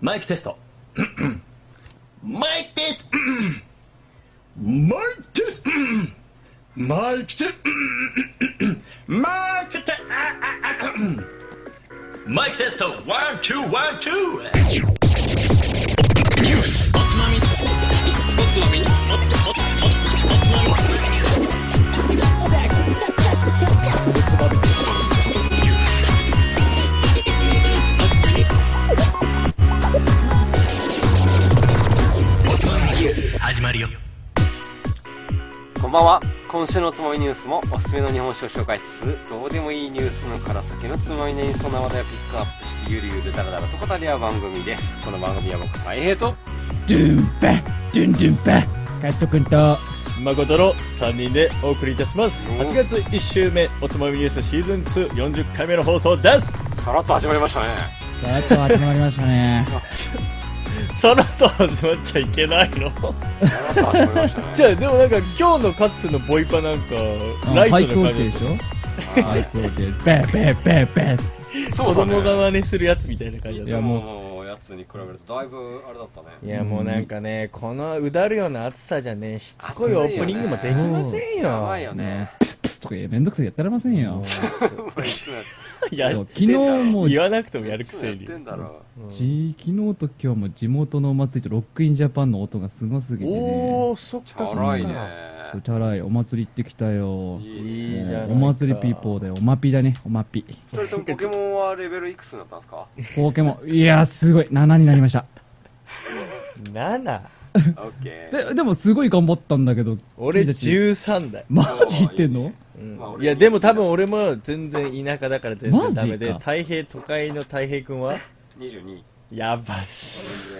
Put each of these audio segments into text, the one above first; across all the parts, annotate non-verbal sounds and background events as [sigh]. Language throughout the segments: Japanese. マイクテスト [clears throat] マイクテスト [clears throat] マイクテストマイクテスト [clears throat] マイクテストマイクテストワンツーワンツー始まるよこんばんは今週のつまみニュースもおすすめの日本酒を紹介しつつどうでもいいニュースのから先のつまみにその話題をピックアップしてゆるゆるだらだらと語り合う番組ですこの番組は僕大平とドゥンパドゥンドゥンパカット君と誠の3人でお送りいたします8月1週目おつまみニュースシーズン240回目の放送ですさらっと始まりましたねやっと始まりましたねさらっと始まっちゃいけないのさらっと始まりましたね [laughs] じゃあでもなんか今日のカッツのボイパなんかあラハイイトクオなリ感じでティでしょハイクオリティベッベッベッベッそう子だね供が真似するやつみたいな感じいだついやもものやつに比べるとだいぶあれだったねういやもうなんかねこのうだるような暑さじゃねしつこいオープニングもできませんやばいよよね [laughs] ねプスプスとかめんどくさいやってられませんよこれいつもやっいそやう昨日も言わなくてもやるいくつもやせっにてんだろじ昨日と今日も地元のお祭りとロックインジャパンの音がすごすぎてねおーそっチかそっャかラいねそうチャラいお祭り行ってきたよいいいいじゃないかお祭りピーポーでおまぴだねおまぴ二人ともポケモンはレベルいくつになったんですかポケモンいやーすごい7になりました7オッケーででもすごい頑張ったんだけど俺君たち13だよマジ言ってんのうんまあ俺もいやでも多分俺も全然田舎だから全然マジかダメで太平都会の太平君は22やばし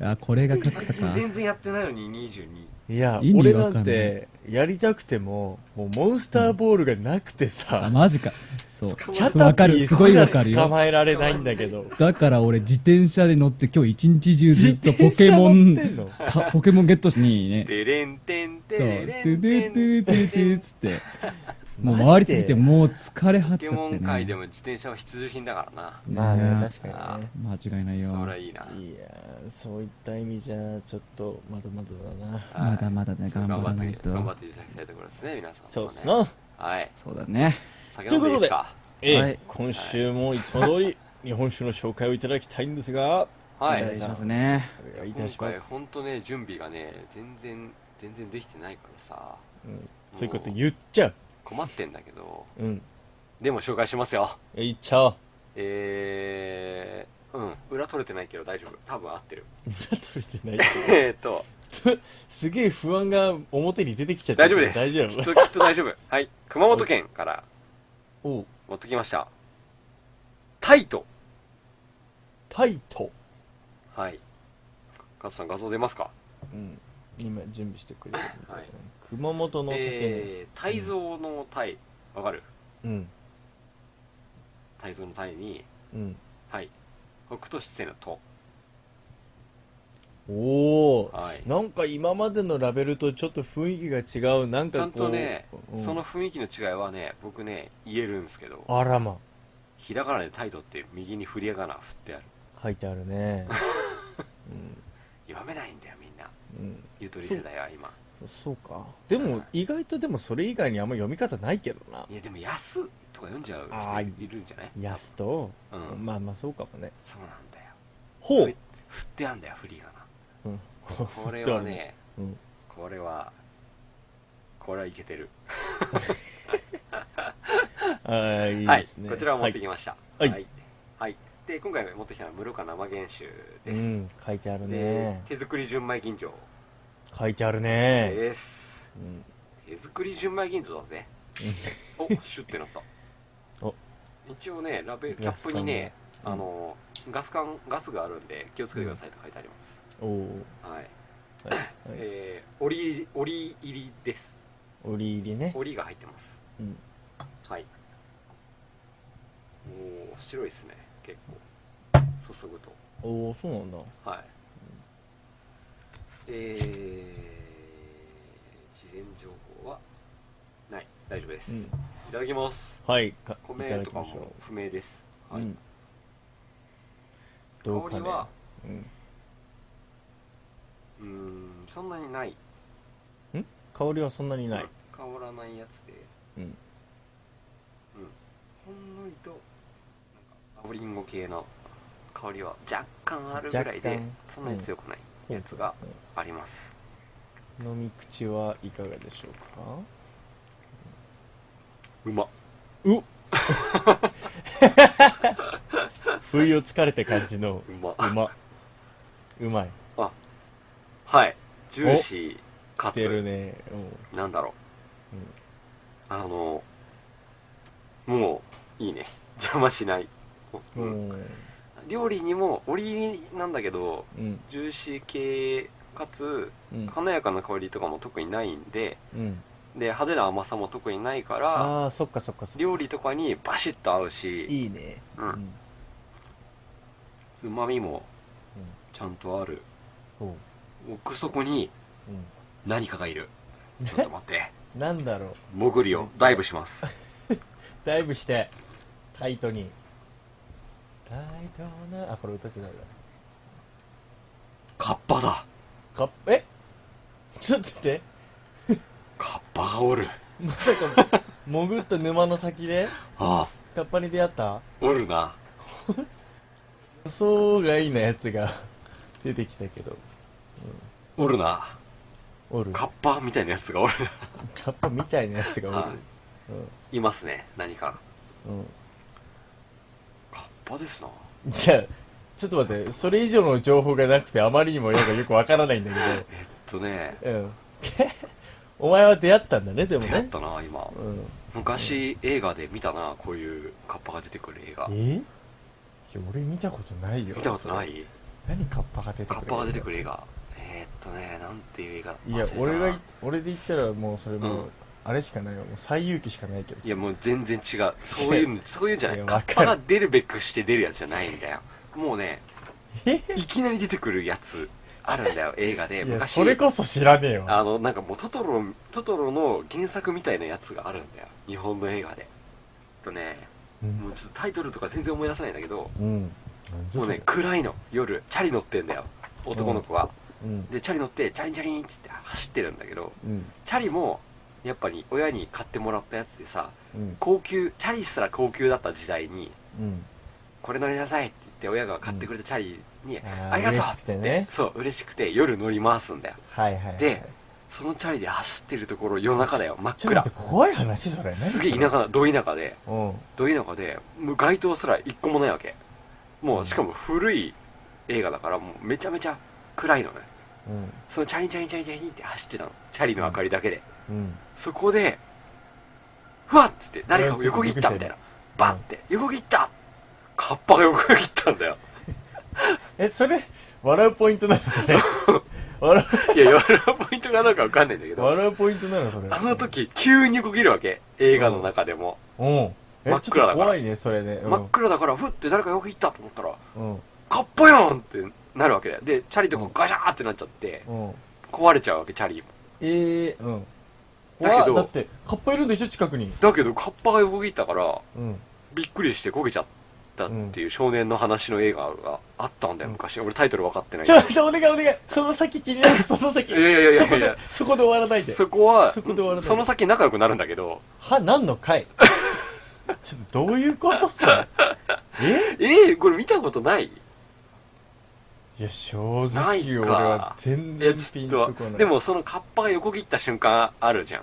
あこれが格差か全然やってないのに22いや意味俺わかなんないんてやりたくてももうモンスターボールがなくてあさ、マジかそうキャそうわタかピーるすすごいわからる捕よまえられないんだけどだから俺自転車で乗って今日一日中ずっとポケモ自ン転車乗ってかポケモンゲットしにねでれんてんてそうれでんてでんてんでででっつってもう回りすぎてもう疲れ果ポてちケゃってモン界でねも自転車は必需品だからなまあねか確かににねね間違いないよそれいいないやーそういった意味じゃちょっとまだまだだなまだまだね頑張らないと頑張っていただきたいところですね皆さんもねそうっすなはいそうだね酒飲んでいいですかええ、はい今週もいつも通り日本酒の紹介をいただきたいんですがはいお願いしますねお願いいた今しま回す本当ね準備がね全然全然できてないからさそういうこと言っちゃ困ってんだけどううんでも紹介しますよ言っちゃおう [laughs] えー、うん裏取れてないけど大丈夫多分合ってる取れてない [laughs] えーっとすげえ不安が表に出てきちゃった大丈夫です大丈きっ夫ときっと大丈夫はい熊本県から [laughs] おう持ってきましたタイトタイト、はいカズさん画像出ますかうん、今準備してくれてるみたいな、はい熊本のお酒ね、えー、タイゾウのタイわかるうんタイゾウのタイにうんはい北斗七星のとおお、はいなんか今までのラベルとちょっと雰囲気が違うなんちゃかこんうとね、うんその雰囲気の違いはね僕ね言えるんですけどあらまひらがなでタイトって右に振りやがな振ってある書いてあるね、読めないんだよみんなうんうん、ゆとり世代は今そそうかでも意外とでもそれ以外にあんま読み方ないけどないやでも「やす」とか読んじゃうあ人ーいるんじゃないやすと、うんまあまあそうかもねそうなんだよほふ振ってあんだよ振りがなう、うん、これはねうんこれはこれはいけてるはいいいはいですねこちらを持ってきましたはいはい、はいで今回持ってきたのは室岡生原酒うです、ん書いてあるでね手作り純米吟醸書いてあるねですうん手作り純米吟醸だぜおシュッてなったお一応ねラベルキャップにねガス管があのガス管ガスがあるんで気をつけてくださいと書いてあります、おおはいはいはいえー、折り折り入りです折り入りね折りが入ってますうんはいおお白いですね結構注ぐとおおそうなんだはいえー、事前情報はない大丈夫です、うんいただきますはいかいた米だときかましょも不明です、うはういんどう香かりねはうーんそんなにない香りはそんなにない。香らないやつでうんほんのりとなんか青りんご系の香りは若干あるぐらい若で干そんなに強くないやつがあります、飲み口はいかがでしょうかうまう [laughs] 不意をつかれた感じのうまうま [laughs] うまいはいジューシーか来てるつねなんだろうんうあのもういいね [laughs] 邪魔しない、ううんん料理にもオリーブなんだけどうんジューシー系かつうん華やかな香りとかも特にないんでうんで派手な甘さも特にないからああそっかそっかそっか料理とかにバシッと合うしいいねううんんうまみもうんちゃんとあるおう奥底にう何かがいるちょっと待って [laughs] んなんだろう潜るよダイブしますダイブしてタイトにタイトなあこれ歌ってないだカッパだカッえ [laughs] ちょっと待ってカッパがおるまさ [laughs] か潜った沼の先でああカッパに出会ったおるな予想外なやつが [laughs] 出てきたけどおるなおるカカッパみたいなやつがおるッパみたいなやつがおるは、いますね何かうんカッパですなうん、じゃあちょっと待ってそれ以上の情報がなくてあまりにもなんかよくわからないんだえっとねけど、うん、 [laughs] お前は出会ったんだねでも出会っね、たな今うん、昔映画で見たなこういうカッパが出てくる映画え見いや俺見たことないよたことなそれい何カッパが出てくカるッパが出てくる映画えーっとねなんていう映画いや忘れたな俺がい俺で言ったらもうそれもう、うんあれしかないよもう最遊記しかないけどさいやもう全然違 [laughs] うそういうのそういうんじゃないいやカわかるッパが出るべくして出るやつじゃないんだよもうねえいきなり出てくるやつあるんだよ映画で [laughs] いや昔それこそ知らねえよあのなんかもうトトロトトロの原作みたいなやつがあるんだよ日本の映画でとねうもんうちょっとタイトルとか全然思い出せないんだけどうんなんじゃもうそれね暗いの夜チャリ乗ってんだよ男の子が、うんでチャリ乗ってチャリンチャリンっつって走ってるんだけどうんチャリもやっぱり親に買ってもらったやつでさうん高級チャリすら高級だった時代にうんこれ乗りなさいって言って親が買ってくれたチャリに、あーありがとう嬉しくてねそう嬉しくて夜乗り回すんだよはいはいはいでそのチャリで走ってるところ夜中だよ真っちょっと暗待って怖い話それ何すげえそ田れ舎など田舎でうんど田舎でもう街灯すら一個もないわけもうしかも古い映画だからもうめちゃめちゃ暗いのねうんそのチャリンチャリンチャリンチャリンって走ってたのチャリの明かりだけでうんそこでふわっつって誰かを横切ったみたいなバンって横切ったカッパが横切ったんだよえそれ笑うポイントなの [laughs] それ笑いや言われるポイントがなんかわかんないんだけうど笑うポイントなのそれあの時急に横切るわけ映画の中でもうんえ真っ暗だからちょっと怖いねそれねうん真っ暗だからふって誰か横切ったと思ったらうんカッパやんってなるわけだよでチャリとかガシャーってなっちゃってうん壊れちゃうわけチャリもええうんだけど怖っだってカッパいるんでしょ近くにだけどカッパが横切ったからうんびっくりして焦げちゃったっていう少年の話の映画があったんだよ昔俺タイトル分かってないちょっと待ってお願いお願いその先気 [laughs] になるその先いやいやいやいやそこでそこで終わらないでそこはそこで終わらないその先仲良くなるんだけどは何の回 [laughs] ちょっとどういうことっすかええー、これ見たことないいや正ない直か俺は全いや然ちピょンっととこないでもそのカッパが横切った瞬間あるじゃん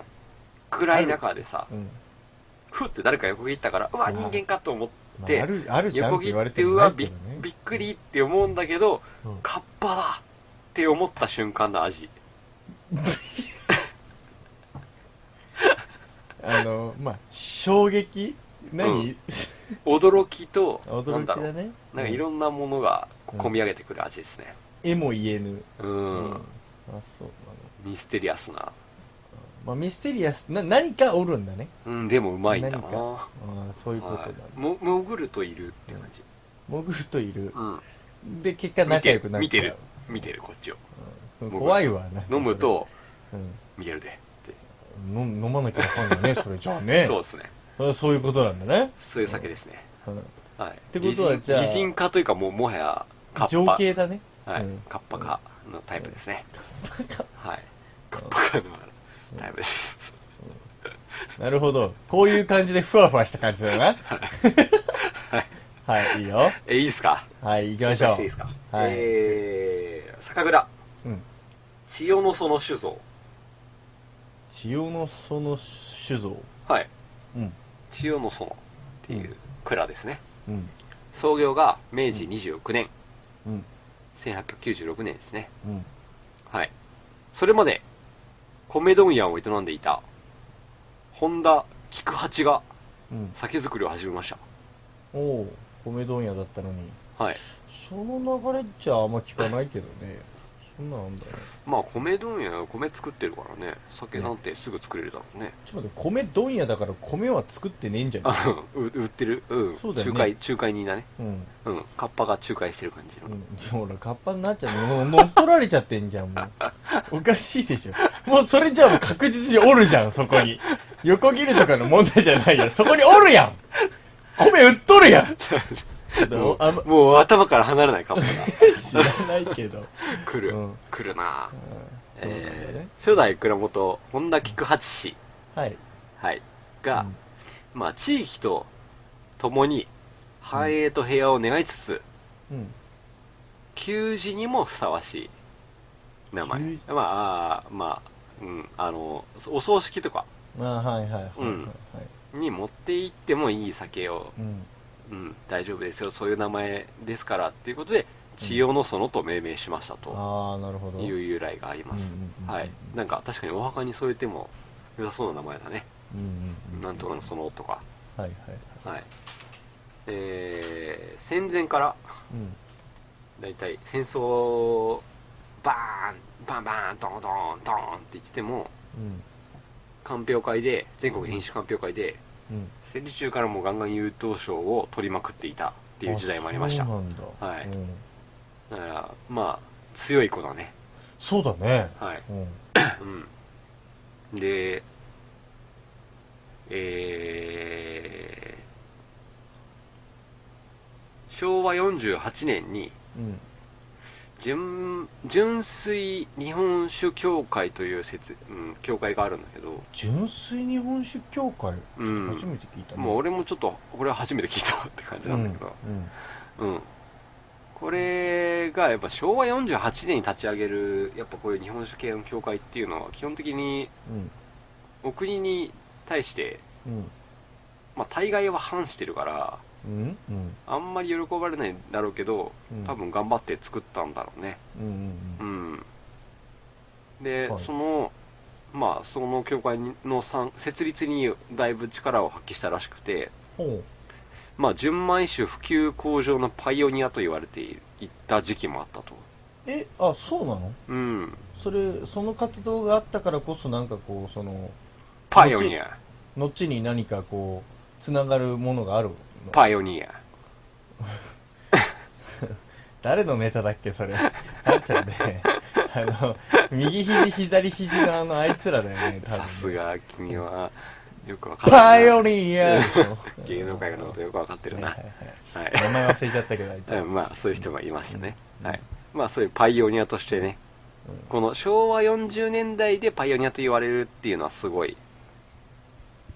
暗い中でさうんふって誰か横切ったからうわ人間かと思っまあ、あてるあるじゃん横って切言われっててうもなわいけびどねびっくりって思うんだけどうんカッパだって思った瞬間の味あのまあ衝撃何、う驚きとな [laughs] 驚んきだだろうねなんかいうんろんなものがうん込み上げてくる味ですね絵も言えぬ、うん、あそうなのミステリアスなまあ、ミステリアスな何かおるんだねうんでもうまいんだな何かはああそういうことだ、ねい、も潜るといるって感じ、潜るといるうん、で結果見仲て良くるなっ見ちてゃるう見てるこっちをうん僕怖いわなんかそれ飲むとうん見えるでって、飲飲まなきゃわかんない [laughs] ねそれじゃあねそうですねそうそういうことなんだね、そういう酒ですね、うんはい、ってことはじゃあ擬人化というかもうもはやカッパ情景だね。 [laughs] はい、うんカッパカのタイプですね、カはいカッパカのタイプですなるほど。こういう感じでふわふわした感じ [laughs] だな。はい、いいよ。えいいですかはい、行き紹介ましょしていいですう。か、はいえー、酒蔵、うん千代の園酒造千代の園酒造。はいうん。千代の園っていう蔵ですね、うん。創業が明治29年、うん。 1896年ですねうん。はいそれまで米問屋を営んでいた本田菊八がうん。酒造りを始めましおお、米問屋だったのに。たはいその流れっちゃあんま聞かないけどね。そんなんあんだね。まあ米問屋は米作ってるからね酒なんてすぐ作れるだろうねちょっと待って、米問屋だから米は作ってねえんじゃないあうんう売ってるうんそうだよね仲介仲介人だねうん。うんカッパが仲介してる感じの、うん、ほら、カッパになっちゃうの。もう乗っ取られちゃってんじゃん、もう。おかしいでしょ。もうそれじゃあもう確実におるじゃん、そこに。横切るとかの問題じゃないよ。そこにおるやん米売っとるやんもうあんまもう頭から離れないカッパが知らないけど。来 [laughs] る、うん来るな、そうなんだよえーね初代蔵元本田菊八氏、はい。はい、が、うんまあ地域とともに繁栄と平和を願いつつ、うん。給仕にもふさわしい名前給まああーまあうんあのお葬式とかまあ、はいはいはいはい、はいうんに持って行ってもいい酒を、うん。うん、大丈夫ですよそういう名前ですからっていうことで千代の園と命名しましたとああ、なるほど。いう由来があります、うんうんうんうんはいなんか確かにお墓に添えても良さそうな名前だね、うんうんうん。なんとかの園とかはいはいはい。はいえー、戦前からうん。大体戦争バーンバンバーンドンドンドンって言っててもうん。鑑評会で全国編集鑑評会でうん。戦時中からもうガンガン優等賞を取りまくっていたっていう時代もありましたそだうなんだ。はいうんからまあ強い子だねそうだね。はいうん。うんでえー、昭和48年にうん。純純粋日本酒協会という説、うん、協会があるんだけど、純粋日本酒協会、うん初めて聞いたねもう俺もちょっとこれは初めて聞いたって感じなんだけど、うんうんこれがやっぱ昭和48年に立ち上げるやっぱこういう日本酒系の協会っていうのは基本的にうんお国に対して、うんまあ、大概は反してるからうんうんあんまり喜ばれないんだろうけどうん多分頑張って作ったんだろうねうんううんんで、はいそのまあその協会の参設立にだいぶ力を発揮したらしくて、ほまあ、純米酒普及向上のパイオニアと言われていった時期もあったと。うえあそうなのうん。それその活動があったからこそなんかこうそのパイオニア。後に何かこうつながるものがあるのパイオニア。誰のネタだっ [laughs] けそれあんたねあの右肘左肘のあのあいつらだよね多分さすが、君は、よくわかってるな。パイオニアでしょ [laughs] 芸能界のことよくわかってるな。ははいはいいはい名前忘れちゃったけどあいつうらん。まあ、そういう人もいましたね。うんはい。まあ、そういうパイオニアとしてね、この昭和40年代でパイオニアと言われるっていうのはすごい、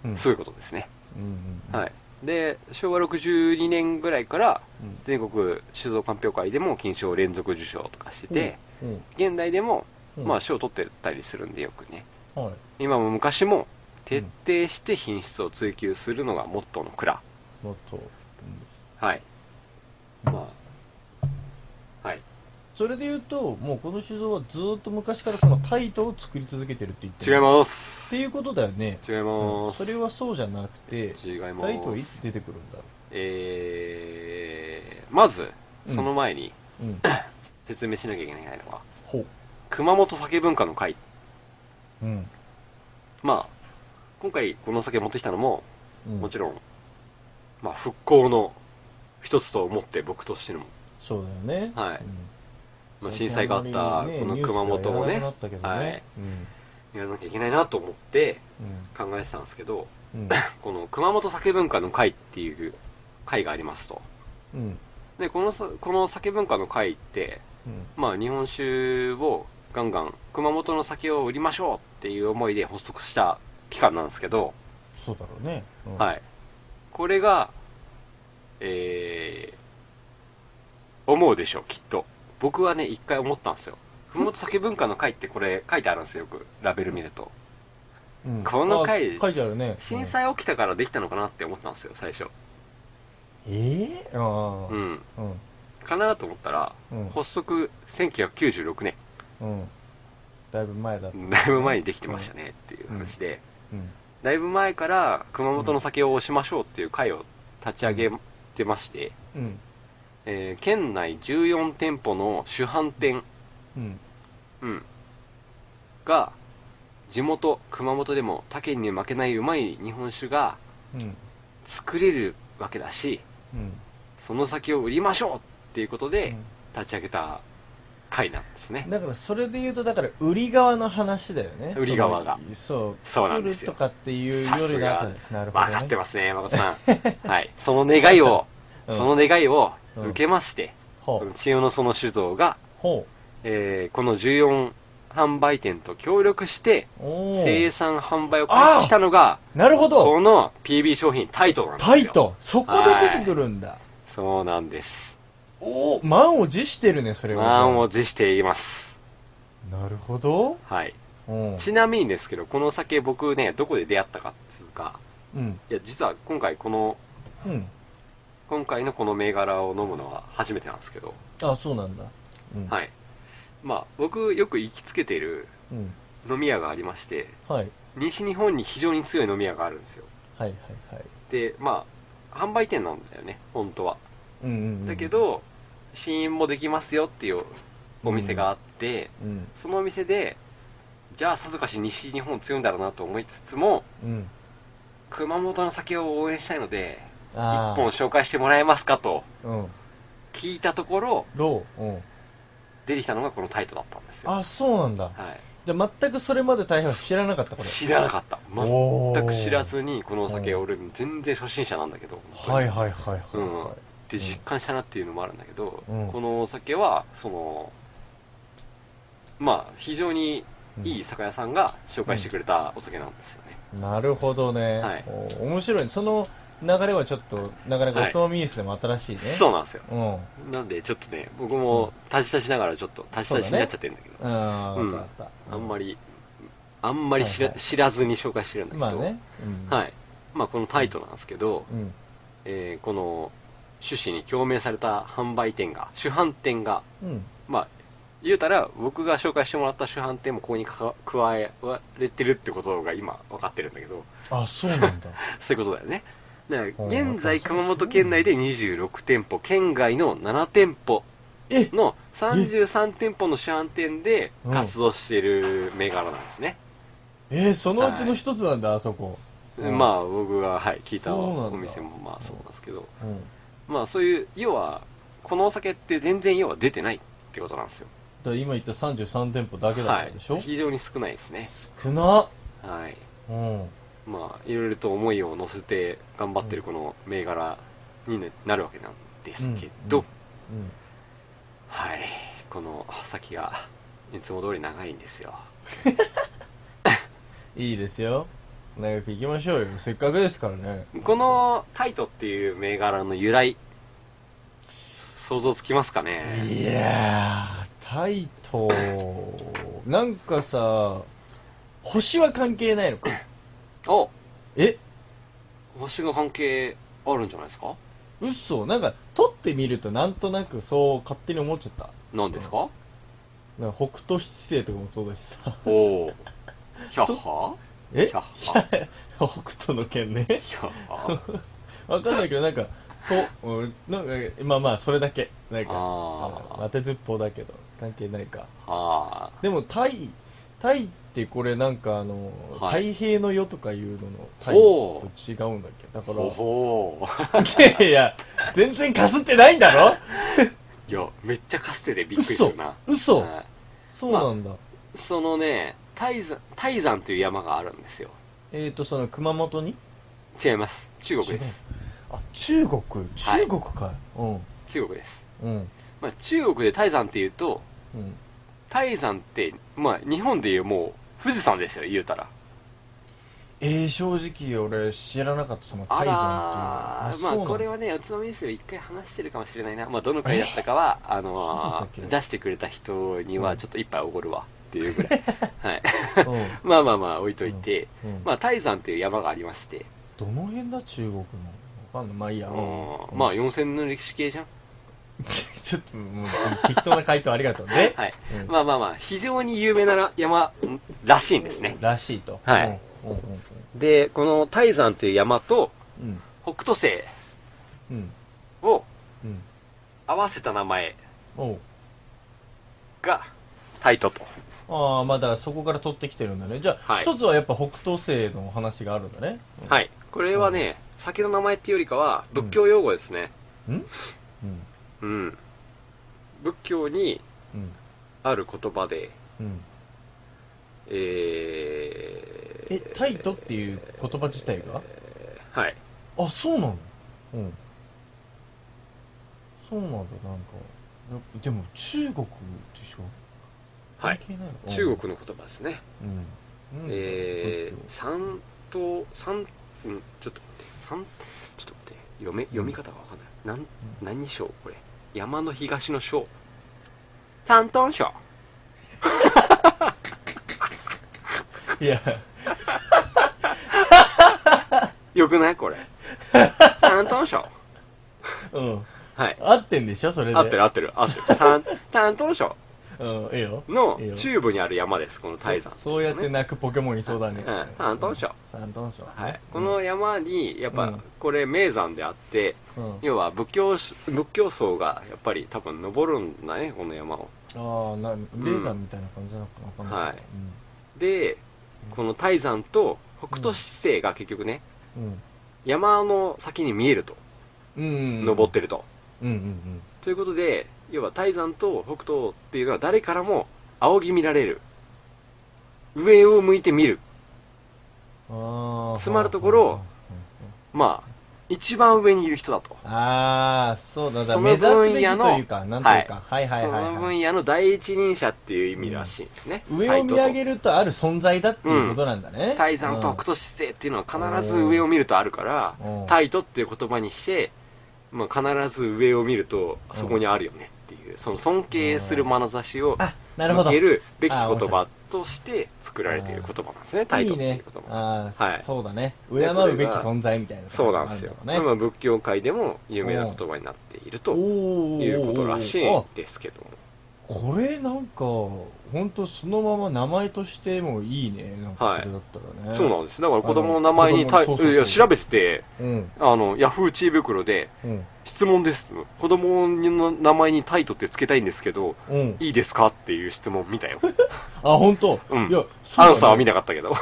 うんすごいことですね。うんうんうんはい。で、昭和62年ぐらいから、うん全国酒造鑑評会でも金賞連続受賞とかしてて、うん現代でも、うんまあ賞を取ってたりするんでよくねはい今も昔も徹底して品質を追求するのがモットーの蔵もっとはいまあはいそれで言うともうこの酒造はずーっと昔からこのタイトを作り続けてるって言って違いすますっていうことだよね違いまそす、れはそうじゃなくて違いますタイトいつ出てくるんだろえー、まずうんその前にううん [coughs] 説明しなきゃいけないのは、ほう熊本酒文化の会うんまあ今回この酒持ってきたのもうんもちろん、まあ復興の一つと思って僕としてもそうだよねはいうんまあ、震災があったこの熊本もねニュースがやらなくなったけどはねいうんやらなきゃいけないなと思ってうん考えてたんですけどうんこの熊本酒文化の会っていう会がありますとうんでこのさこの酒文化の会って、まあ、日本酒をガンガン熊本の酒を売りましょうっていう思いで発足した期間なんですけど、そうだろうね。うんはい、これが、えー思うでしょうきっと僕はね一回思ったんですよ熊本酒文化の会ってこれ [laughs] 書いてあるんですよよくラベル見るとうんこの回あ書いてあるね。震災起きたからできたのかなって思ったんですよ最初うん。ええあうあ。んうん。かなと思ったらうん。発足1996年うん。だいぶ前だった。だいぶ前にできてましたねっていう話で、うん。だいぶ前から熊本の酒を推しましょうっていう会を立ち上げてまして、うん。えー県内14店舗の主販店、うん。うんが地元熊本でも他県に負けないうまい日本酒がうん。作れるわけだしうん。その先を売りましょうっていうことうでん立ち上げた会なんですね、だからそれで言うとだから売り側の話だよね売り側がそそううな作んでるすよとかっていうよりがさなるほど、分ね、かってますね誠さ [laughs] んはいその願いを、うんその願いを受けまして、ほう千代の園酒造が、ほえーこの14販売店と協力してうお生ー産販売を開始したのがなるほどこの PB 商品タイトなんですよタイトそこで出てくるんだそうなんですおお満を持してるねそれは満を持していますなるほどはいうんちなみにですけどこの酒僕ねどこで出会ったかっつうかうんいや実は今回このうん今回のこの銘柄を飲むのは初めてなんですけどあそうなんだうんはいまあ僕よく行きつけているうん飲み屋がありましてはい西日本に非常に強い飲み屋があるんですよはいはいはいでまあ販売店なんだよね本当はうんうんうんだけど試飲もできますよっていうお店があって、うんそのお店でじゃあさぞかし西日本強いんだろうなと思いつつもうん熊本の酒を応援したいのであ一本あ紹介してもらえますかとうん聞いたところローうん出てきたのがこのタイトだったんですよ、あそうなんだはじゃあ全くそれまで大変は知らなかったこい、れ知らなかったおー全く知らずにこのお酒俺全然初心者なんだけどはいっはいはいはいはい、て実感したなっていうのもあるんだけど、うんこのお酒はそのまあ非常にいい酒屋さんが紹介してくれたお酒なんですよね、なるほどね、はいおー面白いねその流れはちょっとなかなかおつまみニュースでも新しいね、そうなんですようんうんなんでちょっとね僕も立ち立ちながらちょっと立ち立ちになっちゃってるんだけどあうんーわかったわかった、あんまりあんまり知ら,、はいはい知らずに紹介してるんだけど、まあねうんはいまあ、このタイトなんですけど、うんえーこの趣旨に共鳴された販売店が主販店がうんまあ言うたら僕が紹介してもらった主販店もここにか加えられてるってことが今分かってるんだけどあそうなんだ [laughs] そういうことだよねだからおー現在熊本県内で26店舗県外の7店舗えの33店舗の主販店でうん活動している銘柄なんですね、えー、そのうちの一つなんだ、あそこうんまあ僕が、はい、聞いたそうなんだお店もまあそうなんですけど、うんまあそういう要はこのお酒って全然要は出てないってことなんですよだから今言った33店舗だけだったでしょ、はい、非常に少ないですね少なはいうんまあいろいろと思いを乗せて頑張ってるこの銘柄にねなるわけなんですけど、うんうんはいこの先がいつも通り長いんですよいいですよ長く行きましょうよせっかくですからねこのタイトっていう銘柄の由来想像つきますかねいやー、タイトなんかさ、星は関係ないのか。おえ星が関係あるんじゃないですか嘘なんか、撮ってみるとなんとなくそう勝手に思っちゃった。何ですか、なんか北斗七星とかもそうだしさ。おおキャッハえキャッハ [laughs] 北斗の剣ね。キャッハわかんないけど、なんか、と、うんなんか、まあまあ、それだけ。なんか、あー当てずっぽうだけど、関係ないか。はでも、タイ、タイってこれなんかあの、はい太平の世とかいうののタイほとう違うんだっけだかあほら、ほーいや [laughs] いや、全然かすってないんだろいやめっちゃかすてでびっくりす嘘るな嘘はいそうなんだ。そのね泰山泰山という山があるんですよえっと、その熊本に違います中国ですあ、中国中国かい。うん。中国です、うんまあ、中国で泰山っていうとうん泰山って、まあ、日本でいうもう富士山ですよ言うたらえー、正直俺知らなかったそのあ泰ら山っていうまあそうなんだこれはね宇都宮市で一回話してるかもしれないな、まあ、どの回だったかは、あそうでしたのっけ出してくれた人にはちょっと一杯おごるわっていう [laughs] ぐらい、はい、うんうんまあまあまあ置いといて、ままああ泰山っていう山がありまして、どの辺だ中国のわかんないまあいいやううんんまあ4000の歴史系じゃん、、[laughs] ちょっともう適当な回答ありがとうねはいうんまあまあまあ非常に有名な山らしいんですねらしいとはいうんうんでこの泰山という山とうん北斗星うんうんをうん合わせた名前おうがタイトとああまあだからそこから取ってきてるんだねじゃあはい一つはやっぱ北東星の話があるんだねはいこれはね、先の名前っていうよりかは仏教用語ですねうんうん、仏教にうんある言葉でうんえーえタイトっていう言葉自体がはいあそうなのうんそうなんだなんかやっぱでも中国でしょはい関係ないのか中国の言葉ですね、うん、うん、えー仏、三と三うんちょっと待って三ちょっと待って読め読み方がわかんない、なん何章これ山の東の章山東省教いやよくないこ [laughs] れ山東省うんはい合ってんでしょそれで合ってる合ってる合って [laughs] る山山東省うんええよのええよ中部にある山ですこのそ泰う山そうやって泣くポケモンいそうだねうん山東省三等賞はい、この山にやっうぱんこれ名山であって、うん、あ要は仏教し仏教僧がやっぱり多分登るんだねこの山をあなレーザーみたいな感じなのかなわかんないけどでこの泰山と北斗七星が結局ね、うん山の先に見えると、うんうんうん登ってるとうんうんということで要は泰山と北斗っていうのは誰からも仰ぎ見られる上を向いて見るうんああつまるところまあ一番上にいる人だと、ああそうだだそ目の指す分べき野のというかなんというか、はい、はいはいそのはい分野の第一人者っていう意味らしいんですね、上を見上げるるとある存在だっていうことなんだね泰山と北斗七星っていうのは必ず上を見るとあるからうんタイトっていう言葉にして、まあ、必ず上を見るとそこにあるよねっていうその尊敬する眼差しをあなるほ向どけるべき言あー面白葉として作られている言葉なんですねタイいトいっていうね言葉ああ、はいそうだね敬うべき存在みたいなそうなんですよ、ねまあ仏教界でも有名な言葉になっているとおいうことらしいーんですけどもこれなんか本当そのまま名前としてもいいねなんはかいそれだったらね、そうなんですだから子供の名前にあのタイ子供のそうそうそういや調べててうんあのヤフー知恵袋でうん質問です子供の名前にタイトってつけたいんですけどうんいいですかっていう質問見 [laughs] たよあ本当、うんいやそうだアねンサーは見なかったけど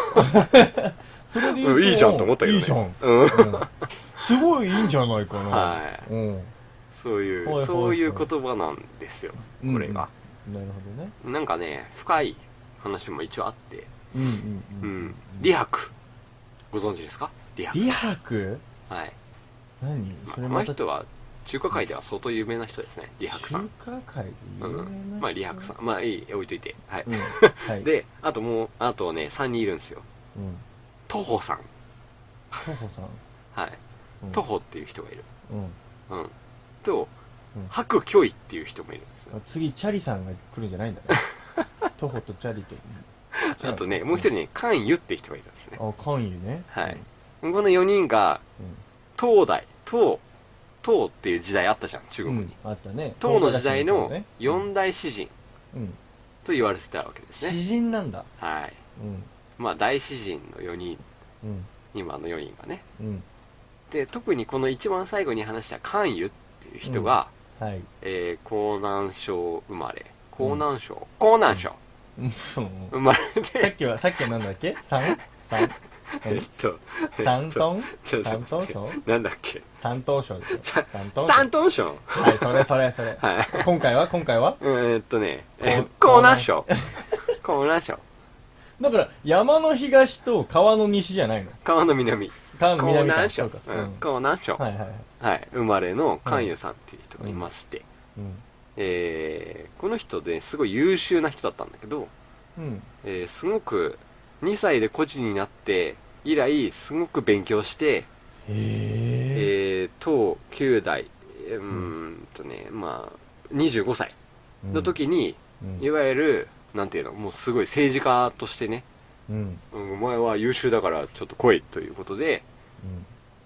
それで言ううとんいいじゃんと思ったけど、ね、いいじゃん、うん、うんすごいいいんじゃないかな、はいうん、そういう、はいはいはいそういう言葉なんですようんこれが、なるほどねなんかね深い話も一応あってうんうんううん、ん李白ご存知ですか李白李白はい、何まあそこれのまた人は中華界では相当有名な人ですね李白さん中華界で有う名な人、ん、まあ李白さんまあいい置いといてはい、うん、はい、であともうあとね3人いるんですようん、徒歩さん徒歩さん、はいうん、徒歩っていう人がいるうんうんとうん白居易っていう人もいるんですよあ次チャリさんが来るんじゃないんだ [laughs] ね徒歩とチャリとあとねもう一人ね関羽って人がいるんですねあ関羽ねはい、この4人が唐代唐唐っていう時代あったじゃん中う国ん、に、うん、あったね唐の時代唐辛子みのたいなね四大詩人うんと言われてたわけですね詩人なんだはいうんまあ大詩人の4人うん今の4人がねうんで特にこの一番最後に話した関羽っていう人が、はいえー、江南省生まれ江南省、江南省うんそう生まれさて、っきはさっきはなんだっけ三三えっとえっと三トンちょっと三トン待って賞なんだっけ三トン賞でしょ三トン山東省賞はいそれそれそれはい今回は今回はえーっとね、こう [laughs] えー江南省。江南省。だから、山の東と川の西じゃないの。川の南。川の川南南か。そ省うか。。ううんん。川南省。はいはいはい。はい。生まれの関羽さんっていう人がいまして、うん。えーこの人ですごい優秀な人だったんだけど、うん。えーすごく2歳で孤児になって以来すごく勉強して、へえ。えー、当9代えーうーんとねまあ25歳の時に、うん、いわゆるなんていうのもうすごい政治家としてねうん。うん。うんお前は優秀だからちょっと来いということで、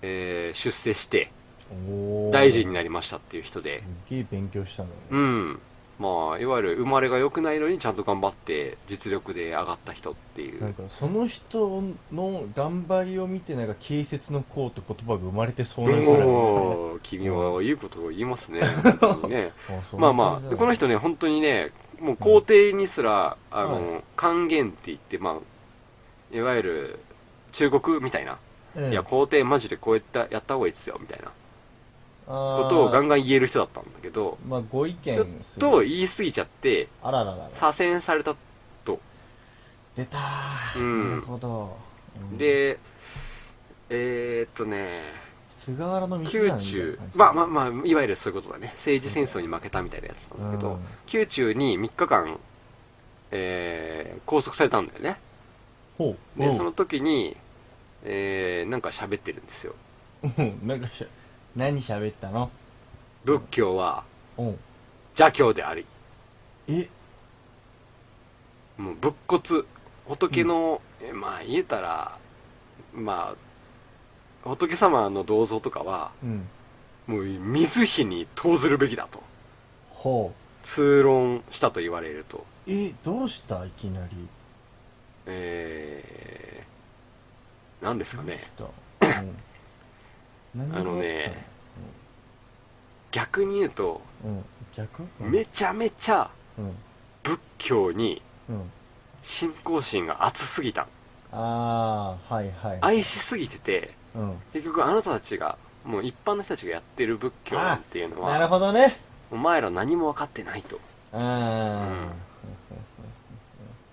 えー出世しておー大臣になりましたっていう人で、すっげえ勉強したんだうね。んまあいわゆる生まれが良くないのにちゃんと頑張って実力で上がった人っていなんうか、その人の頑張りを見て、なんか、軽説の功と言葉が生まれてそうなぐらい。おー君はいいことを言いますね本当に [laughs] ねまあまあ、でこの人、人ね、本当にね、もう皇帝にすら、あの、還元って言って、まあ、いわゆる、中国みたいな、うんいや、皇帝マジでこうやった、やった方がいいっすよ、みたいなこことをガンガン言える人だったんだけど、まあ、ご意見ちょっすると言い過ぎちゃって、あらららら左遷された。出たー、うんなるほど、うんで、えー、っとね、菅原の道真みた宮いな感じ中、まあまあまあ、いわゆるそういうことだね。政治戦争に負けたみたいなやつなんだけうどん、宮中に3日間、えー拘束されたんだよね。ほうでほうその時に、えー、なんか喋ってるんですようんなんかしゃ何喋ったの仏教はうん邪教でありえもう仏骨仏の、えまあ言えたらまあ仏様の銅像とかはうんもう水火に投ずるべきだとほ通論したと言われるとうえどうしたいきなりえー、なんですかねどうした、うん、何があのね逆に言うとあったのうん逆めちゃめちゃうん仏教にうん信仰心が熱すぎたああはいはい愛しすぎててうん結局あなたたちがもう一般の人たちがやってる仏教なんていうのなるはほどねお前ら何も分かってないと、うん、うん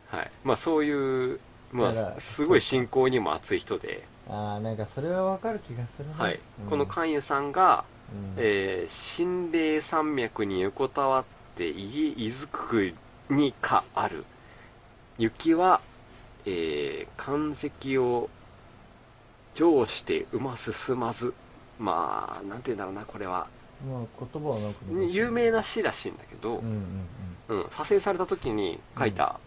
はいまあ、そういう、まだかあ、らすごい信仰にも熱い人で、ああなんかそれはわかる気がするねはいうんこの関羽さんが、うんえー神霊山脈に横たわっていいずくにかある雪は、えー、関石を上してうま進まずまあなんて言うんだろうなこれはまあ言葉はなんか有名な詩らしいんだけど、うんうんうんうん、左遷された時に書いた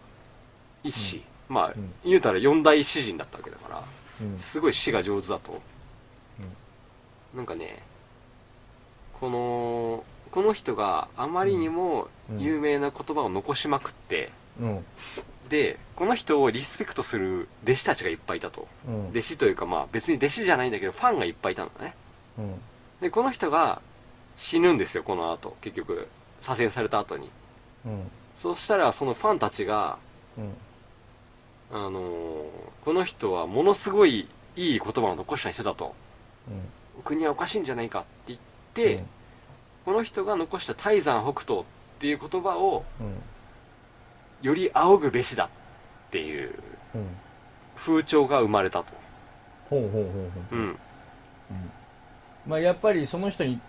一詩、まあ、うん言うたら四大詩人だったわけだからうんすごい詩が上手だと、なんかねこのこの人があまりにもうん有名な言葉を残しまくって、うんでこの人をリスペクトする弟子たちがいっぱいいたとうん弟子というかまあ別に弟子じゃないんだけどファンがいっぱいいたんだねうんでこの人が死ぬんですよこの後結局左遷された後にうんそうしたらそのファンたちがうんあのーこの人はものすごいいい言葉を残した人だと国はおかしいんじゃないかって言って、うんこの人が残した泰山北東っていう言葉をうんより仰ぐべしだっていううん風潮が生まれたと、ほうほうほうほううん、まあやっぱりその人に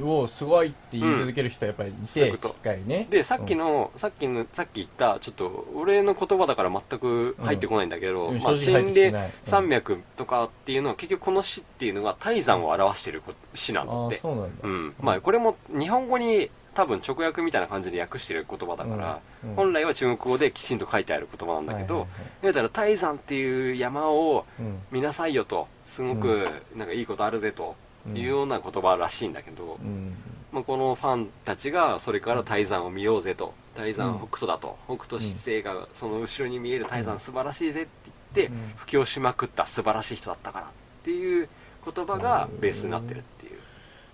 をすごいって言い続ける人はやっぱりいそういうてこしとっかりねでさっきの、さっきのさっき言ったちょっと俺の言葉だから全く入ってこないんだけど、うんまあ、正直入っ心てきてない霊山脈とかっていうのは結局この詩っていうのが泰山を表してる詩なあんあだってーそうなんだうん、まあこれも日本語に多分直訳みたいな感じで訳してる言葉だから、うんうん本来は中国語できちんと書いてある言葉なんだけど、はいはいはい言うたら泰山っていう山をうん見なさいよとすごくなんかいいことあるぜというような言葉らしいんだけど、うんまあ、このファンたちがそれから泰山を見ようぜと泰山北斗だと北斗七星がその後ろに見える泰山素晴らしいぜって言ってうん布教しまくった素晴らしい人だったからっていう言葉がベースになってるっていう。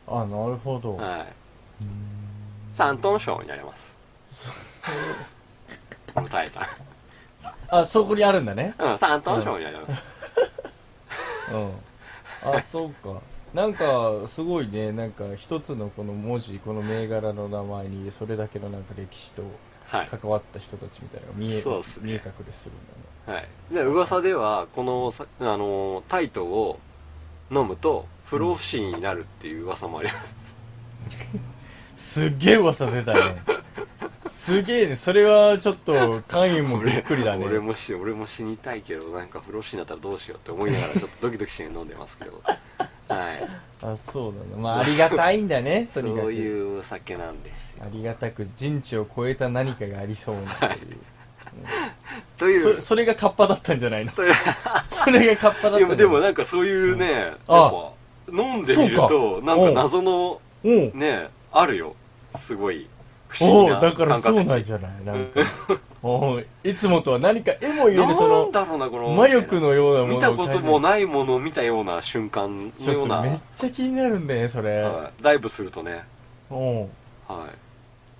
あなるほどはい。三トン賞になります。 [laughs] このタイさあそこにあるんだねん。うん、三トン賞になります。うん、あそうかなんかすごいねなんか一つのこの文字この銘柄の名前にそれだけのなんか歴史とはい関わった人たちみたいなのが見えそうっすね見え隠れするんだねはい、で噂ではこのさあのータイトを飲むと不老不死になるっていう噂もあります、すっげえ噂出たねすげえねそれはちょっと関与もびっくりだね俺もし俺も死にたいけどなんか不老不死になったらどうしようって思い [laughs] ながらちょっとドキドキしながら飲んでますけどはいあそうだなまあありがたいんだね [laughs] とそうにかくいうお酒なんですよありがたく人知を超えた何かがありそうなっていうというそそれがカッパだったんじゃないの [laughs] というそれがカッパだっいたんじゃやないでもなんかそういうね、やっぱあ飲んでみるそとうかなんか謎のうんねあるよすごい不思おお議うなだから感そう覚なん値じゃないなんかおういつもとは何か絵も言えるそなんのだろうなこの魔力のようなもの見をた感こじともないものを見たような瞬間ちのよょうっなとめっちゃ気になるんだねそれ、はい、ダイブするとねおうはい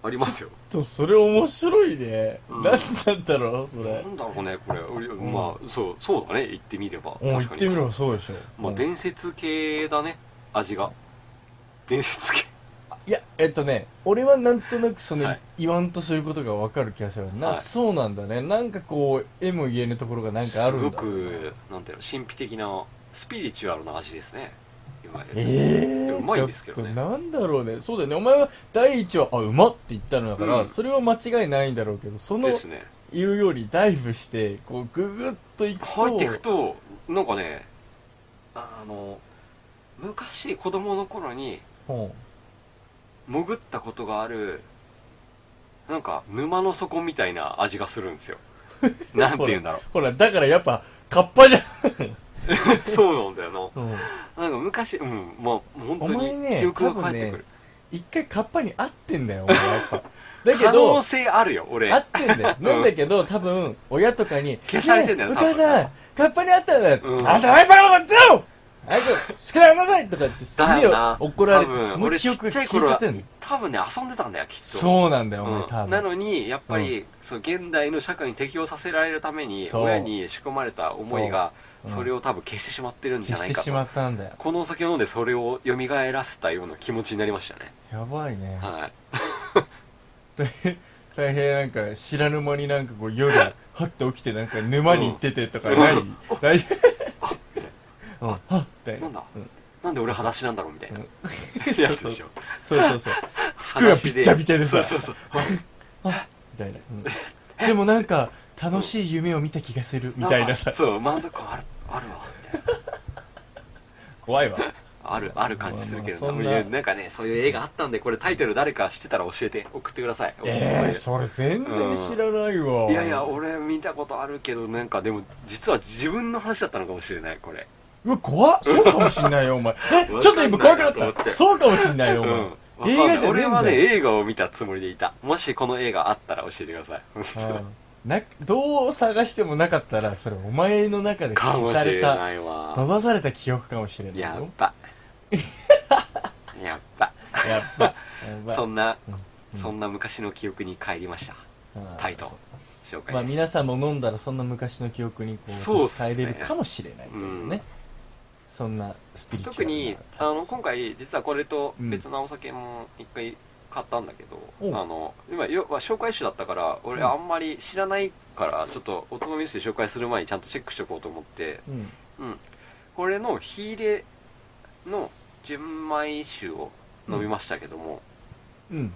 ありますよちょっとそれ面白いね、うんなん、なんだろうそなれんだろうねこれまあそうそうだね言ってみれば確おう言っかてにみればそうでしょ、まあうん伝説系だね味が伝説系いやえっとね俺はなんとなくその、はい言わんとすることが分かる気がするな、はいそうなんだねなんかこう絵も言えぬところがなんかあるんだすごくなんていうの神秘的なスピリチュアルな味ですねいわゆるええうまいですけどねちょっとなんだろうねそうだよねお前は第一話あうまって言ったのだから、うんそれは間違いないんだろうけどそのですね言うよりダイブしてこうググッといくと入っていくとなんかねあの昔子供の頃にうん潜ったことがあるなんか沼の底みたいな味がするん [laughs] ですよなんて言うんだろほらだからやっぱカッパじゃん、う [laughs] そうなんだよななんか昔うんまあ本当お前にね記憶が返ってくる、一回カッパに合ってんだよお前や [laughs] っぱだ可け能ど性あるよ俺合ってんだよなんだけど多分親とかに消されてんだよねえ多分お母さんカッパに合ったんだよ、うんあんたワイパーのことだよ早く宿題やりなさいとか言ってすだげよえな怒ら多れて分その記憶が消えちゃってんの俺ちっちゃい頃は多分ね遊んでたんだよきっとそうなんだよ、お前多う分ん、なのにやっぱり、そう現代の社会に適応させられるためにそう親に仕込まれた思いがそううんそれを多分消してしまってるんじゃな消しいてかしと、まったんだよこのお酒を飲んでそれを蘇らせたような気持ちになりましたね、やばいねはい、大変大変なんか知らぬ間になんかこ [laughs] う夜はって起きてなんか沼に行っててとかない、うん大丈夫あはっみたいななんだ、うんなんで俺裸足なんだろうみたいな、うんやつでしょそうそうそう服がびっちゃびちゃでそさうそうそうみたいな、うんでもなんか楽しい夢を見た気がす [laughs] るみたいなさんかそう満足感あるあるわ怖いわあるある感じするけどまあまあそんなななんかねそういう映画あったんでこれタイトル誰か知ってたら教えて送ってください、ええそれ全然知らないわ、いやいや俺見たことあるけどなんかでも実は自分の話だったのかもしれないこれうわ怖っそうかもしんないよお前えちょっと今怖くなったそうかもしんないよお前、うん映画じゃね俺えんはだねよ映画を見たつもりでいたもしこの映画あったら教えてくださいうんなどう探してもなかったらそれお前の中でかも消しされれなたい閉わざされた記憶かもしれないよやっ [laughs] ぱやっぱやっぱやっぱそんな、うんそんな昔の記憶に帰りましたうんタイト紹介まあです、皆さんも飲んだらそんな昔の記憶にこそうっうすね変えれるかもしれないといううねんそんなスピリチュアル特にあの今回実はこれとうん別なお酒も一回買ったんだけど、おあの今要は紹介酒だったから俺うんあんまり知らないからちょっとおつまみ酒紹介する前にちゃんとチェックしておこうと思って、うんうん、これの火入れの純米酒を飲みましたけども、うん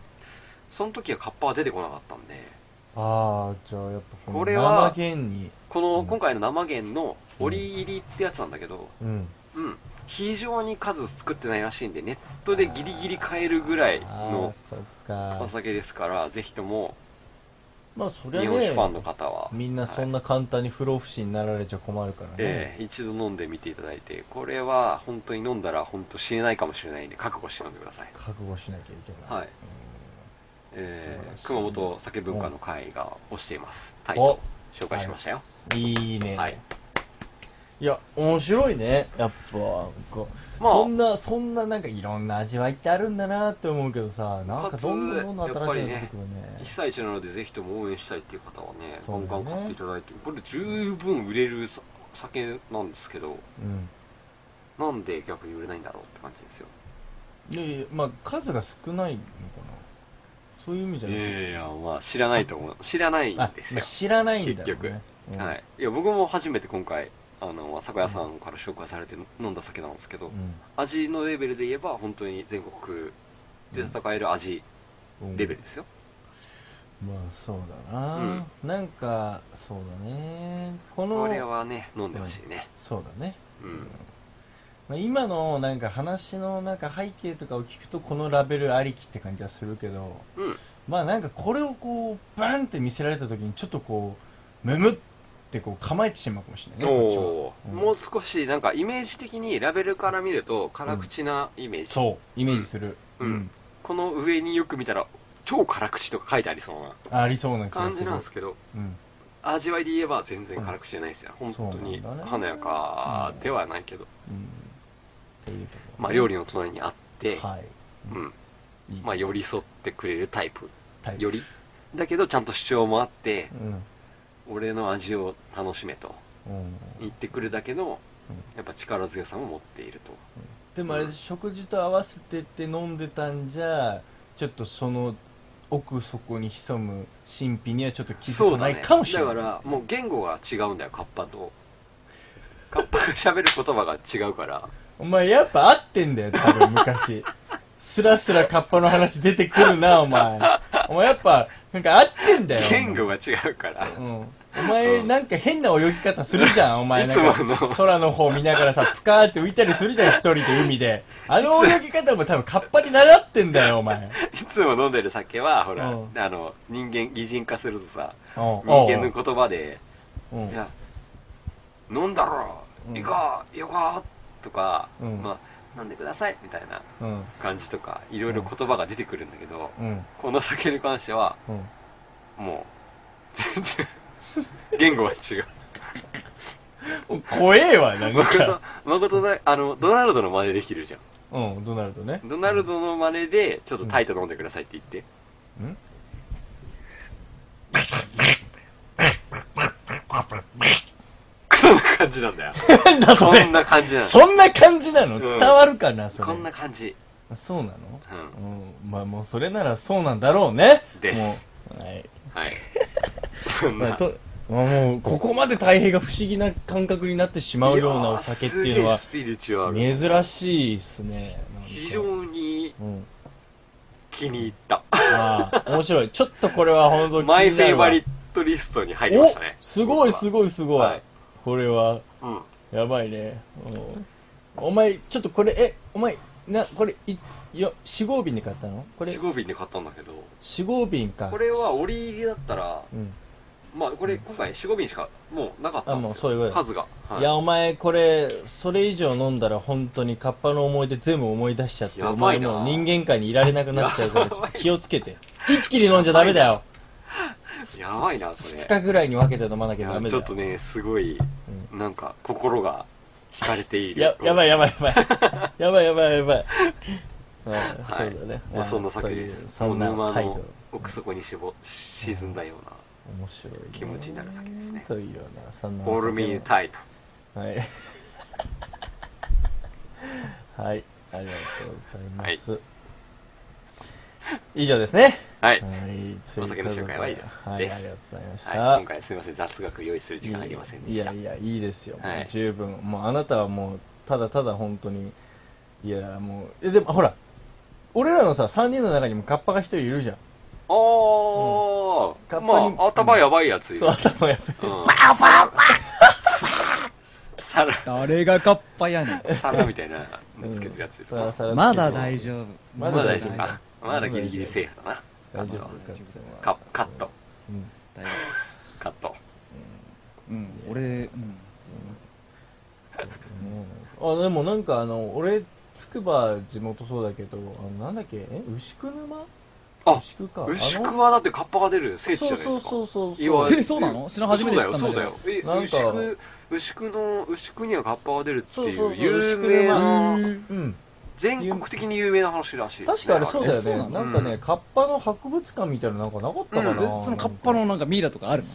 その時はカッパは出てこなかったんでああじゃあやっぱここれのは生原にこのうん今回の生源の折入りってやつなんだけど、うんうん、非常に数作ってないらしいんでネットでギリギリ買えるぐらいあのあそっかお酒ですからぜひともまあそりゃ日本酒ファンのね方はみんなそんな簡単に不老不死になられちゃ困るからねええ一度飲んでみていただいてこれは本当に飲んだら本当死ねないかもしれないんで覚悟して飲んでください、覚悟しなきゃいけないはいえ素晴えらしい熊本酒文化の会が推していますタイおトル紹介しましたよいいね、はい、い、や面白いねやっぱこう、まあそんなそんななんかいろんな味わいってあるんだなって思うけどさなんかどんどんどんどかんつやっぱりね新しいの出てくるね被災地なのでぜひとも応援したいっていう方はねそガうンだガよンね買っていただいてこれ十分売れるさ酒なんですけどうんなんで逆に売れないんだろうって感じですよいやいやまあ数が少ないのかなそういう意味じゃいない、やいやいやまあ知らないと思う知らないんあ、ですまあよ、知らないんだろう、ね、結、はいい、いや僕も初めて今回あの酒屋さんから紹介されて飲んだ酒なんですけど、味のレベルで言えば本当に全国で戦える味うんレベルですよ、まあそうだな、なんかそうだねこのこれはね飲んでほしいねそうだね、うんまあ、今のなんか話のなんか背景とかを聞くとこのラベルありきって感じはするけどうんまあなんかこれをこうバンって見せられた時にちょっとこうムムってこう構えてしまうかもしれないねこっちはおーうんもう少しなんかイメージ的にラベルから見ると辛口なイメージ、そうイメージするうんこの上によく見たら超辛口とか書いてありそうなありそうな気が感すじるなんですけどうん味わいで言えば全然辛口じゃないですよ、ん本当にそうなんだね華やかではないけど、うんっていうところまあ料理の隣にあって、はいうんいいまあ、寄り添ってくれるタイプタイプよりだけどちゃんと主張もあってうん俺の味を楽しめとうん言ってくるだけのうんやっぱ力強さも持っているとでもあれ、うん食事と合わせてって飲んでたんじゃちょっとその奥底に潜む神秘にはちょっと気づかないかもしれないそうだ,、ね、だからもう言語が違うんだよカッパとカッパが喋る言葉が違うからお前やっぱ合ってんだよ多分昔スラスラカッパの話出てくるな [laughs] お前お前やっぱなんか合ってんだよ言語が違うからうんお前、なんか変な泳ぎ方する [laughs] じゃん、お前。いなつもんかの空の方見ながらさ、ぷかーって浮いたりするじゃん、一人で海で。あの泳ぎ方も多分、カッパに習ってんだよ、お前。 [laughs] いつも飲んでる酒はほら、うんあの人間擬人化するとさ人人間の言葉でうんいや、飲んだろ、うんいか、よか、とか、うんまあ、飲んでください、みたいなうん。感じとか、いろいろ言葉が出てくるんだけど、うん。この酒に関しては、うん。もう、全然、言語は違う。怖えわ、なん誠か。の、誠だ、あの、ドナルドの真似できるじゃん。うん、ドナルドね。ドナルドの真似で、ちょっとタイト飲んでくださいって言って。うんそんな感じなんだよ。なんだそこんれ。な感じなの。そんな感じなのん伝わるかな、それ。こんな感じ。あそうなのうん。うん。まあもうそれならそうなんだろうね。ですもう。はい。はい。そんまあなとまあもう、ここまで太平が不思議な感覚になってしまうようなお酒っていうのやーはす、げえスピリチュアル。珍しいっすね。なんか非常にうん。気に入った。ああ、面白い。ちょっとこれは本当に気になマるイフェイわバリットリストに入りましたね。おすごいすい。ごいすごい。はいこれは、うん。やばいね。おお前、ちょっとこれ、え、お前、な、これ、い、よ、四合瓶で買ったのこれ四、合瓶で買ったんだけど、四合瓶か。これ、は折り入りだったら、うん。まあこれ今回四合瓶しかもうなかったんあでもうすそういうよ。ことだ数が。はいいや、お前、これ、それ以上飲んだら本当にカッパの思い出全部思い出しちゃって、やおば前いなもう人間界にいられなくなっちゃうから、ちょっと気をつけて。一気に飲んじゃダメだよ。やばいな、そ二れ。日ぐらいに分けて飲まなきいゃダやメちだょよっ。とね、すごい、なんか心が惹かれている。や、やばいやばいやばい。やばいやばいやばい。ははいい、そうだね。まあそんな酒でというす。そもうんな沼態度の。奥底に絞沈んだような、面白いね。気持ちになる酒ですねというような、そんな。オールミータイト。はい。 [laughs] はい。ありがとうございます。以上ですね。はい。はい。お酒の紹介は以上はですい、ありがとうございました。はい、今回すみません雑学用意する時間ありませんでしたいやいやいいですよ、はいもう十分もうあなたはもうただただ本当にいやもうえでもほら俺らのさ3人の中にもカッパが1人いるじゃんあー、カッパにまあ頭やばいやついるそう頭やっぱりうん、ファーファーファーサラ誰がカッパやねん。サラみたいなのつけてるやついるさらさらまだ大丈夫。ままだ大丈夫まだかまだギリギリセーフだな大丈夫大丈夫カッカットうん大丈カット夫。うん、俺、うん。あでもなんかあの俺筑波地元そうだけどあのなんだっけえ牛久沼あ牛久か牛久あのはだってカッパが出る聖地じゃそないうですかそうそうそういわそせうえそうなの知らん初めて知ったんだけどそうだよそうだよえなんか牛久牛久の牛久にはカッパが出るってそういそううそう牛有久名沼なうん全国的に有名な話らしいですね確かあれそうだよえそうねななのんかね、カッパの博物館みたいなのなんかなかったかな、うんえそのカッパのなんかミイラとかあるの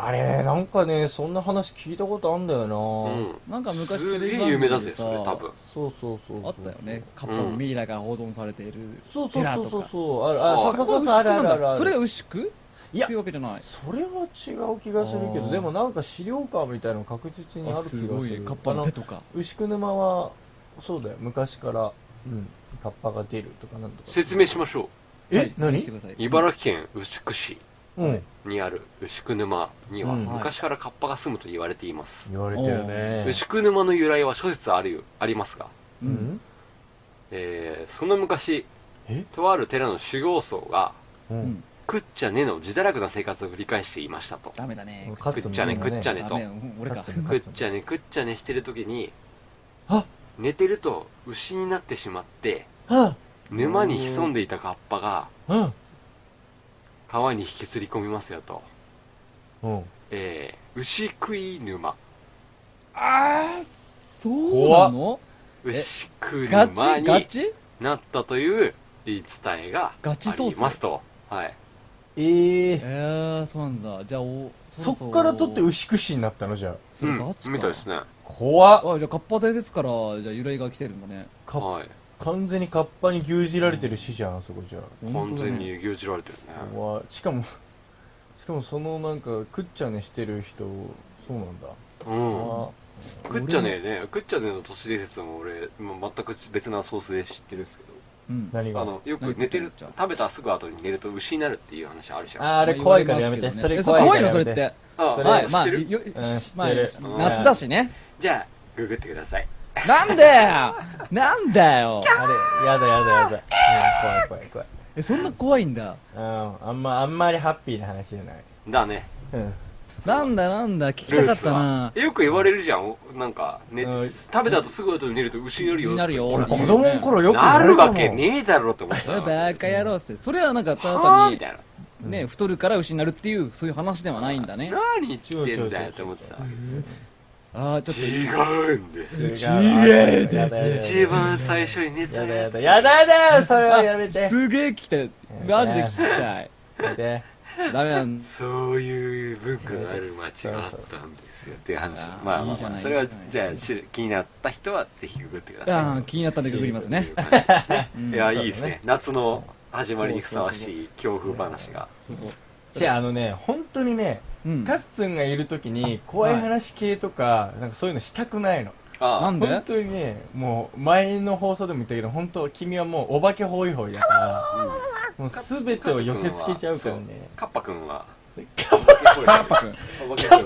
あれなんかねそんな話聞いたことあんだよな、うんなんか昔すテレげビえ番有名だ組ぜでさそれ多分そうそうそうそうあったよねカッパのミイラが保存されているそうそう寺そとかうそうそうあるあそうそうそうそうああるれあるあなんるあだるそれが牛久いやっていうわけじゃないそれは違う気がするけあどーでもなんか資料館みたいなの確実にあるあ気がすするごいねカッパあのの手とか牛久沼はそうだよ昔からうんカッパが出るとかなんとか説明しましょえ、はい何説明してくださうい茨城県牛久市うんにある牛久沼にはうん昔からカッパが住むと言われています、言われてるね牛久沼の由来は諸説あるよありますが、ううんんえーその昔えとある寺の修行僧がううんん食っちゃねの自堕落な生活を繰り返していましたとダメだねカ食っちゃね食っちゃねダとメうん俺カかッツン食っちゃね食っちゃねしてる時にあ寝てると牛になってしまっては沼に潜んでいたカッパがあ川に引きずり込みますよと、うんうんえー、牛食い沼ああそうなの牛食いガ沼チガにチなったという言い伝えがあガチソースりますとはいえええー、そうなんだじゃあおそろろっから取って牛久市になったのじゃあそれガチかみたいですね怖っあじゃあカッパ隊ですからじゃあ由来が来てるんだねかはい完全にカッパに牛耳られてる市じゃんあそこじゃあ完全本当だねに牛耳られてるね怖っしかもしかもそのなんかくっちゃねしてる人そうなんだうんあ食っちゃねえね食っちゃねえの都市伝説も俺、まあ、全く別なソースで知ってるんですけうん何どがあのよく寝てる何食っちゃう食べたすぐ後に寝ると牛になるっていう話あるじゃんああーあれ怖いからやめてまあ言わますけどねそれえ怖いからのやそめれてってあそれはいま知っあてるよ知ってるまあうん夏だしねじゃあググってくださいなんだよなんだよあれやだやだやだ、うん、怖い怖い怖いえそんな怖いんだうんあんまあんまりハッピーな話じゃないだねうんなんだなんだ聞きルーたかっスたはなよく言われるじゃんおなんか、ねうん食べた後すぐ後に寝ると牛になるよになるよ俺子供の頃よくなやるるわかけもねえだろって思っえたバカ野郎っすそれはなんかただはあ単みたにいなね太るから牛になるっていうそういう話ではないんだね何言ってんだよって思ってたああちょっと違うんです違うでやだやだ一番最初に寝たやだややつだやだやだよそれはやめてすげえ聞きたいマジで聞きたいやめてダメなんだそういう文化がある町があったんですよっていう話そうそうまあまあいいじまゃあないそれはいいじゃなじいゃあし気になった人はぜひググってくだあさー気になったんでググりますいねという感じです [laughs] うんねいやそうだいねいですね夏の始まりにふさわしい恐怖話がそうそうじゃああのね本当にねうんカッツンがいるときに怖い話系とかなんかそういうのしたくないのあなんで本当にねもう前の放送でも言ったけど本当君はもうお化けホイホイだから [laughs] もう全てを寄せつけちゃうからねカッパくんはカッパくんカッ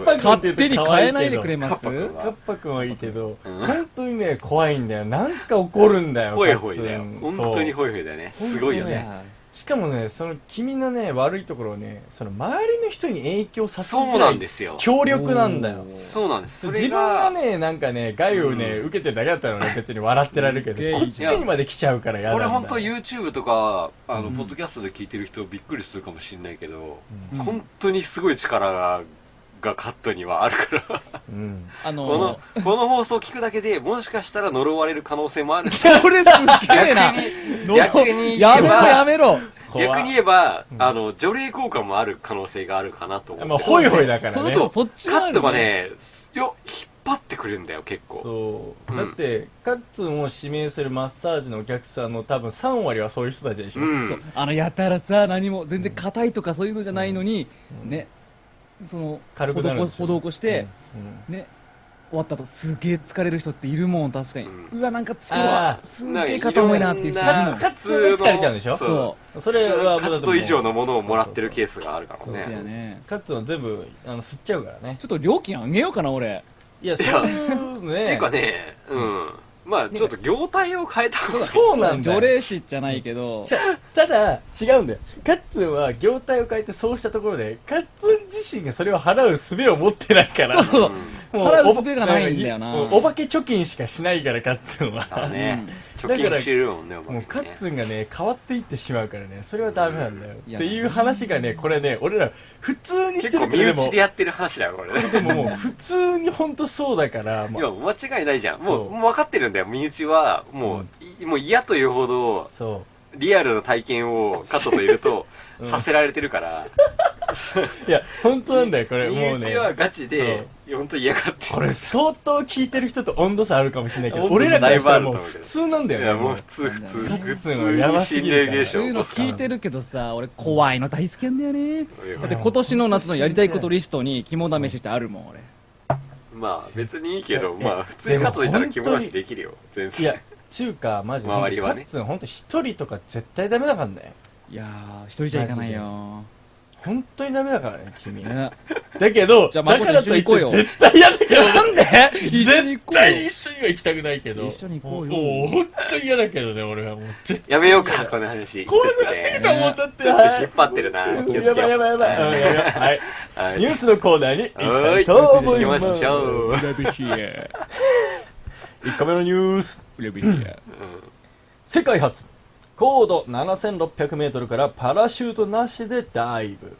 パくん勝手に変えないでくれますカッパくんカッパくんはいいけどうん本当にね怖いんだよなんか怒るんだよホイホイだよカッツン本そう当にホイホイだよねすごいよいねやしかもねその君のね悪いところをねその周りの人に影響させるそうぐならんでいすよ強力なんだよおーそうなんですそれ自分がねなんかね害をね、受けてるだけだったらね別に笑ってられるけどすこげえっちにまで来ちゃうからやだ俺な本当 YouTube とかあの、ポッドキャストで聞いてる人びっくりするかもしれないけど、うん本当にすごい力ががカットにはあるからうんあこののこの放送聞くだけでもしかしたら呪われる可能性もあるこれすげえな逆にやめろやばめろ怖い逆に言えば、あの除霊効果もある可能性があるかなと思うまあホイホイだからねその人そっちカもあッるトがねよ引っ張ってくれるんだよ結構そううんだってカッツンを指名するマッサージのお客さんの多分3割はそういう人たちでしょ、うんそうあのやたらさ何も全然硬いとかそういうのじゃないのに、ねその軽くなるんでしょほどこ施して、うんね終わったとすげえ疲れる人っているもん確かに、ううわなんか疲れあたーすっげえ硬重いなっていう人いるもんカッツンが疲れちゃうんでしょそそううそれはカもうだっッてトもう以上のものをもらってるケースがあるからそうねですよねカッツンは全部あの吸っちゃうからねちょっと料金上げようかな俺いやそういう [laughs] ねっていうかね、うん。まあ、ちょっと業態を変えた方がそうなんだ除よ霊師じゃないけどじゃただ違うんだよカッツンは業態を変えてそうしたところでカッツン自身がそれを払う術を持ってないからそうも払うおば術がないんだよなもうお化け貯金しかしないからカッツンだはね。うん貯金してるもんね、お前もうね。カッツンがね変わっていってしまうからねそれはダメなんだようんっていう話がねこれね俺ら普通にし結て構るけ身どで内もでやってる話だよ、これ。でももう普通に本当そうだからいもや、う間違いないじゃん。そもうう、もう分かってるんだよ。身内は、もう、いもう嫌というほど、そリアルな体験をカットといると、させられてるから、いや本当なんだよこれもう身ね内はガチで、本当嫌がってこれ相当聞いてる人と温度差あるかもしれないけど温度差俺らからしたらもうだいぶあると思う普けど通なんだいよねや、もうもう普通、普通。ガ普ッツ通ンはやにばす心ぎる霊から現そ象ういう起のこすか聞いら。てるけどさ俺怖いの大好きなんだよねだっていや今年の夏のやりたいことリストに肝試しってあるもん俺まあ、別にいいけど、いやまあ、普通にカットでいたらで着も本当物にしできるよ。全いや然。中華マジで周りはねカッツン本当一人とか絶対ダメだからねいやー一人じゃ行かないよ本当にダメだからね君だねけどじゃだあマコかとら一緒といにっ行こうてよ絶対嫌だけどなんで一緒に絶行こう対によ一緒には行きたくないけど一緒に行こうよももう本当に嫌だけどね俺はもう絶やめようか、この話。怖くなってきたもんだっては引っ張ってるな。気をつけいようやばいやばいやばいうんやばいはいはいニュースのコーナーに行きたはいいと思行いきまますしょう。 1個目のニュース世界初高度 7600m からパラシュートなしでダイブ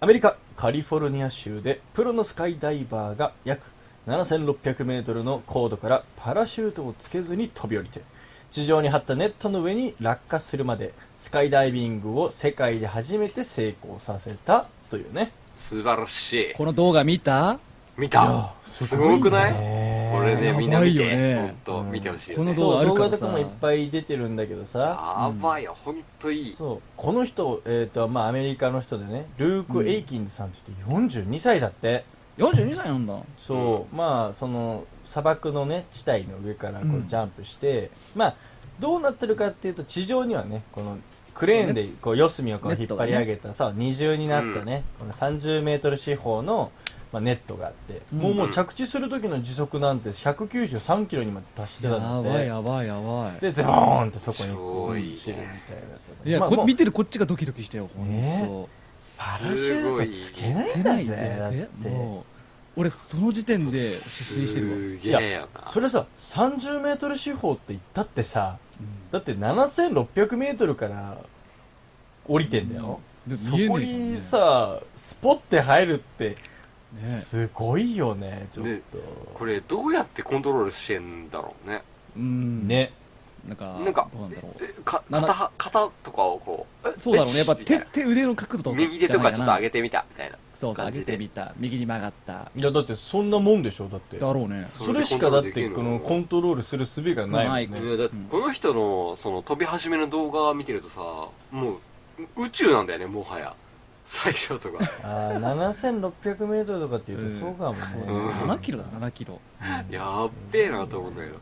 アメリカカリフォルニア州でプロのスカイダイバーが約 7600m の高度からパラシュートをつけずに飛び降りて地上に張ったネットの上に落下するまでスカイダイビングを世界で初めて成功させたというね素晴らしい。この動画見た見いたやすごくないねこれね、みんな見やばいよて、ねほんと、見てほしいよこのね。動画そあうる動から画さとかもいっぱい出てるんだけどさやばいよ、ほんといい。そうこの人、えーとまあ、アメリカの人でねルーク・エイキンズさんって言って42歳だって、 42歳なんだそう、まあその砂漠のね地帯の上からこううんジャンプして、まあどうなってるかっていうと地上にはねこのクレーンでこう四隅をこうネ引ッっトが張ねり上げたさ、二重になったね、この30メートル四方の、まあ、ネットがあって、うんもうもう着地する時の時速なんて193キロにまで達してやたんだっばいてやばいやばいでズボーンってそこにすごいね落ちるみたいなやついや、まあこもう見てるこっちがドキドキしたよ、ほねんと。パラシュートつけない出んなだいんぜだだよっね、てもう。俺、その時点で失神してるわ。すげえよな。それさ3 0ル四方って言ったってさだって7 6 0 0ルから降りてんだよ、でそ見えこねえじゃんねにさスポッて入るってねすごいよねちょっねとこれ、どうやってコントロールしてんだろうね。うん。。ねなんか、なんかどうなんだろう。えかな肩は肩とかをこうえそうだろうね、やっぱえみたい手、な手腕の角度とか。右手とかちょっと上て。げてみたみたいなそうそう、上感げじてでみた。右に曲がった。いやだってそんなもんでしょだってだろうね。それしかだってこのコントロールする術がないもんなねうんだってこの人のその飛び始めの動画見てるとさもう宇宙なんだよねもはや最初とかああ7 6 0 0ルとかっていうとそうかもね、そううん7キロだ、7キロ。やっべえなと思うんだけど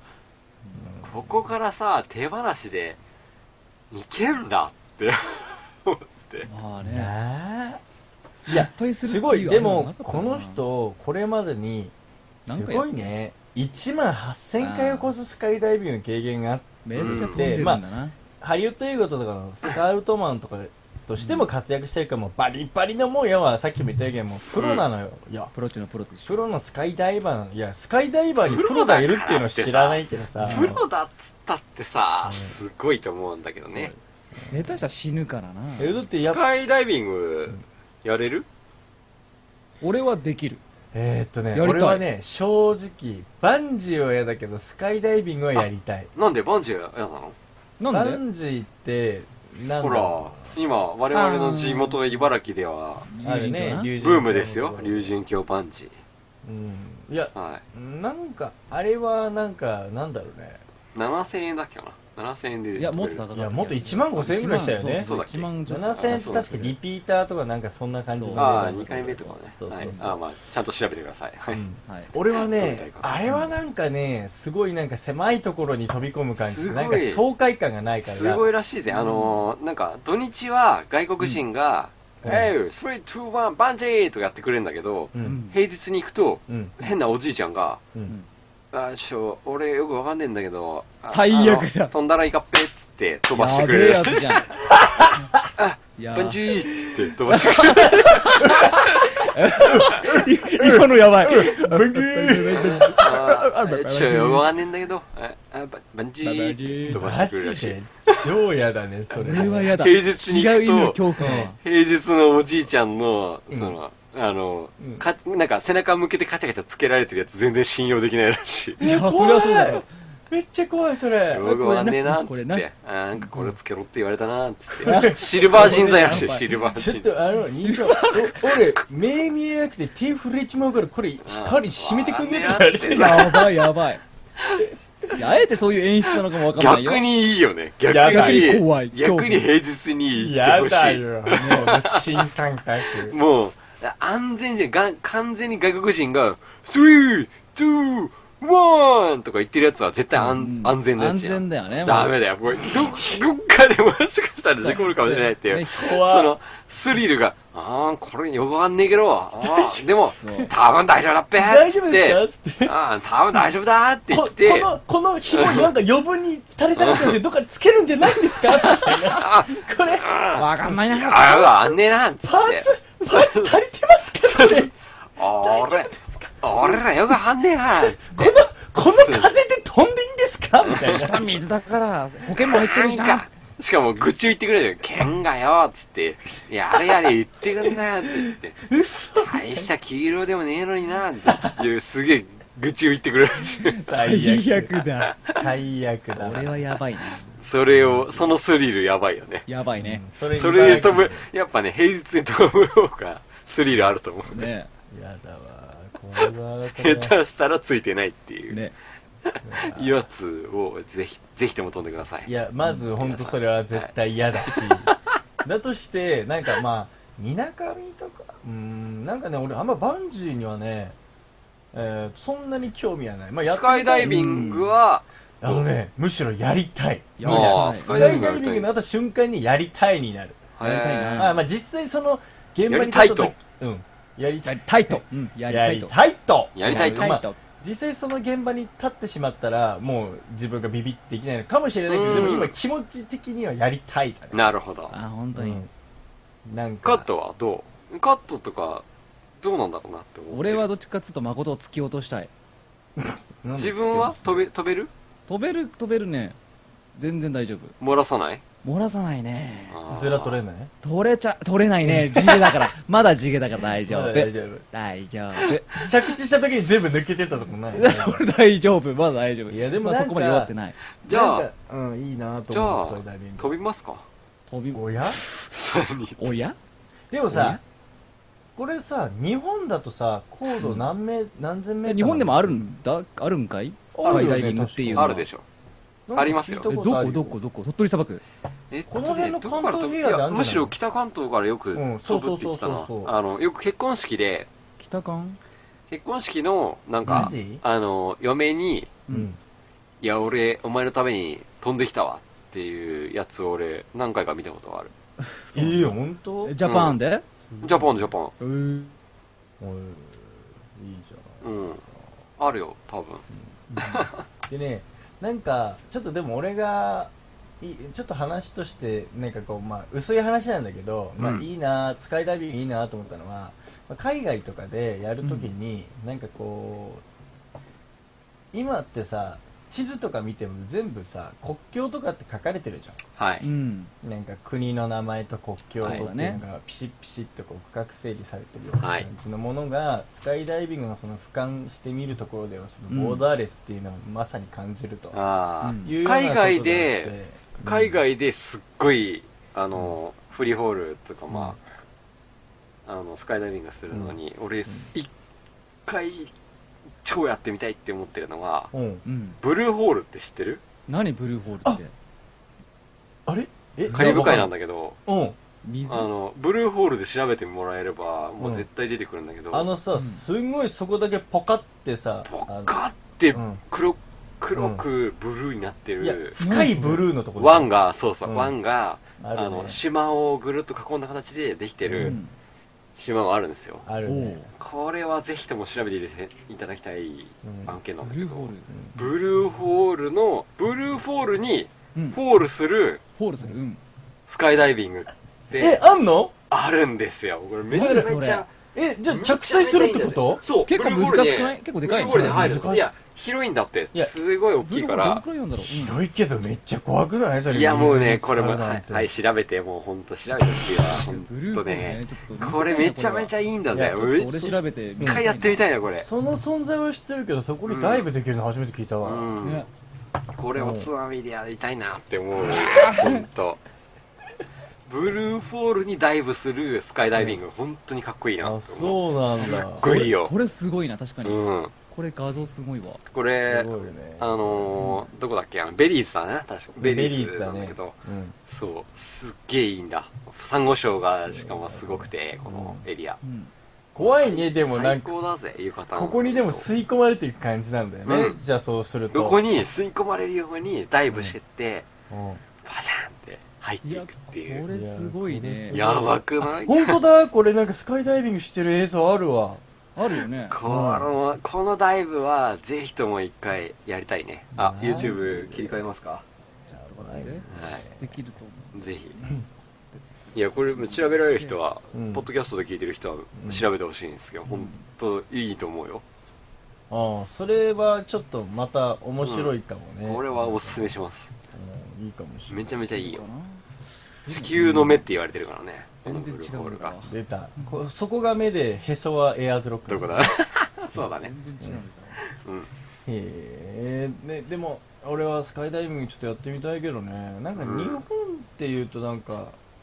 ここからさ手放しでいけんだって思ってまあねね。えいや失敗するってすいうごいであれはもなかったなこの人これまでに何す回やっごけいね1万8000回を超すスカイダイビングの経験があってめっちゃ飛んでるんだな。ハリウッド映画とかのスカウトマンとかとしても活躍してるからもうバリバリのもう要はさっきも言ったけどもうプロなのよ、いやプロ中のプロでしょプロのスカイダイバーなのいやスカイダイバーにプロがいるっていうのは知らないけどさプロだっつったってさうんすごいと思うんだけどね下手したら死ぬからな。えだってやスっぱカイダイビングやれる俺はできる。えーっとねやりたい俺はね正直バンジーは嫌だけどスカイダイビングはやりたいなんでバンジーやなのバなんでンジーってなんだほらろ今我々の地元茨城ではうあるね竜竜神ブームですよ竜神神橋パンチうんいやはなんかあれはなんかなんだろうねい7000円だっけかな7000円でいや、もっと高かっいた。やもっと1万5000ぐらいしたよねそうそうそう1万ちょっと7000円っそてうだ確かリピーターとかなんかそんな感じそうああ2回目とかねそうそうはそういああまあちゃんと調べてくださいはういんはい。俺はそうねそうあれはなんかねすごいなんか狭いところに飛び込む感じすごいなんか爽快感がないからすごいらしいぜあのーなんか土日は外国人が「うんえい321バンジー!」とかやってくれるんだけどうん平日に行くとうん変なおじいちゃんがううんん「あーちょ俺よくわかんねえんだけどあ最悪だあの飛んだらいかっぺ」っつって飛ばしてやくべれえるや [laughs] つじゃん。いやバンジーっつって飛ばしてくれる今のやばい。あーちょよくわかんねえんだけどああババンジーって飛ばしてマくれるらジしいで超嫌だ [laughs] ねそれ俺は嫌だ。平日に違う意味行のくと恐怖だわ平日のおじいちゃんの、うんその、あの、うんか、なんか背中向けてカチャカチャつけられてるやつ全然信用できないらしい。いや、それはそうだよ。めっちゃ怖いそれ僕はねえなっつこっれてなあーなんかこれつけろって言われたなっつってシルバー人材らしいそうねシルバーちょっ人材とあの兄ちゃんお俺目見えなくて手震えちまうからこれ光締めてくんねえとか言われてやばいやばい。いやあえてそういう演出なのかもわかんないよ。逆にいいよね逆やだによ怖い恐怖逆に平日に行やってほだしいよもう新感覚もう、安全じゃんが、完全に外国人が、3、2、1! とか言ってるやつは絶対安,、うん安全なやつやん。安全だよねダメだよ。これ、ど、どっかでもしか [laughs] したら事故るかもしれないっていうね。怖そいの、スリルが、あー、これよくわかんねえけど、あー、でもそう、多分大丈夫だっぺ大丈夫ですかつってあー、多分大丈夫だって言こって、このこの紐なんか余分に垂れ下がってるんですけどどっかつけるんじゃないんですかみたいなこれわかんないな。あー、わかんねえなってパー言ってツ、パーツ足りてますかってあれ、俺らよくわかんねえなこの、この風で飛んでいいんですかみたいな。下水だから、保険も入ってるしなな。しかも愚痴を言ってくれるよ剣がよっつって「やれやれ言ってくんなよ」って言って「嘘大した黄色でもねえのにな」っていうすげえ愚痴を言ってくれるらしい最悪だ。最悪だこれはやばいね。それをそのスリルやばいよねやばいね。それそれで飛ぶやっぱね平日に飛ぶ方がスリルあると思うねやだわ。これは、それ下は。手したらついてないっていう、ね。やつをぜひぜひとも飛んでくださいいや、まず本当それは絶対嫌だし。だとして、なんかまあ、みなかみとか、うーん、なんかね、俺あんまバンジーにはね、えー、そんなに興味はない。まあ、やっスてみたカいイダイビングは、あのね、むしろやりたい。やばいあーねススカカイイダダイビイングビングの後瞬間にやりたいになる。へーやりたいなあまあ実際その現場に立った時やりうんやりたいやりたいと。うん、やりたやいりと。たいとやりたいとまあまあ実際その現場に立ってしまったらもう自分がビビってできないのかもしれないけうどんでも今気持ち的にはやりたいだねなるほどあ、本当に。うんなんカかットはどうカットとかどうなんだろうなって思って俺はどっちかっつうと誠を突き落としたい。なんで自分は飛べ飛べる飛べる、飛べるね。全然大丈夫。漏らさない漏らさないね。ずら取れないない取れちゃ、取れないね。地毛だから。まだ地毛だから大丈まだ夫。大丈夫大丈夫。着地した時に全部抜けてたとこない [laughs] [laughs] それ大丈夫。まだ大丈夫。いやでもまあなんかそこまで弱ってない。じゃなんあかうんいいなとじゃ思うあスカイダイビング飛びますか飛び、おやおやでもおやさこれさ日本だとさ高度何メ何千メートルなの日本でもあるんだ、あるんかいスカイダイビングっていうのはあるでしょなんかありますよ聞えいどたことあるよどこどこ鳥取砂漠えっとこの辺のどこから飛ぶ関東平野であるんじゃないいやむしろ北関東からよくうん飛ぶって言ってたそうそうそうそうそなうあのよく結婚式で北館結婚式のなんかマジあの嫁にううんん「いや俺お前のために飛んできたわ」っていうやつを俺何回か見たことがあるいいよ本当えジャパンでジャパンジャパうーおいいいじゃンうんあるよ多分んでねなんかちょっとでも俺がいちょっと話としてなんかこうまあ薄い話なんだけど、まうあんいいなスカイダイビングいいなと思ったのは、まあ、海外とかでやるときに、なんかこう今ってさ地図とか見ても全部さ国境とかって書かれてるじゃんはういんなんか国の名前と国境とっていそううだねのがピシッピシッとこう区画整理されてるようなはい感じのものがスカイダイビングのその俯瞰してみるところではそのボーダーレスっていうのをまさに感じるとああうんいうようなことがあって海外で海外ですっごいあの、フリーホールとかまあ,、あのスカイダイビングするのに、俺す一回超やってみたいって思ってるのはうんうんうんブルーホールって知ってる何ブルーホールってあれえカリブ海なんだだけどうん水あのブルーホールで調べてもらえればもう絶対出てくるんだけど、あのうさんすんごいそこだけポカってさポあのカってうん黒,、黒くブルーになっていやる深いブルーのところ湾がそうそう、うん湾がああるねの島をぐるっと囲んだ形でできてうるん島があるんですよ、あるおねうこれはぜひとも調べていただきたいうん案件なんだけブルーど、ホールブルーホールのブルーホールにうんフォールするホールするうんスカイダイビングってえあんのあるんですよこれめち何ゃそめちゃれえじゃあ着水するってめちゃめちゃいいんだよことねそう結構ブルーホールね難しくない結構でかいねブルーホールで入難るしいいや広いんだっていやすごい大ブきルいーホかールどんらくらいなんだろう広いけどめっちゃ怖くないそれいやもうねこ水に浸れかもるなはんいてはい調べてもう本当調べてほしいわうんブ本ルーホ当ールねねちょっとこれめちゃめちゃいいんだいやぜちょっと俺俺一調べて一回やってみたいなこれその存在は知ってるけどそこにダイブできるの初めて聞いたわ、うんねこれおつまみでやりたいなって思う本当ブルーフォールにダイブするスカイダイビング、本当にかっこいいなあって思うそうなんだすっごいよこれすごいな確かに、うんこれ画像すごいわこれすごいねあのーどこだっけあのベリーズだね確かベリーズなんだけどうんそうすっげえいいんだサンゴ礁がしかもすごくてこのエリアうん怖いねでもな最んか高だぜ夕方のここにでも吸い込まれていく感じなんだよね、うんじゃあそうするとここに吸い込まれるようにダイブしてって、うんパシャンって入っていいくやっこていうれすごいいやねこれやばくない本当だこれなんかスカイダイビングしてる映像あるわあるよねこのこのダイブはぜひとも一回やりたいねあなるほど YouTube 切り替えますかはできると思いぜひいやこれ調べられる人は、うんポッドキャストで聞いてる人は調べてほしいんですけど、本当いいと思うよ、あそれはちょっとまた面白いかもね、これはおすすめしますうんいいかもしれなめいちゃめちゃいいうよかな地球の目って言われてるからね全然違このブうルーホールのがか出たこそこが目でへそはエアーズロックどこだ [laughs] そうだね全然違うのかうんへえ、ね、でも俺はスカイダイビングちょっとやってみたいけどねなんか日本っていうとなんか、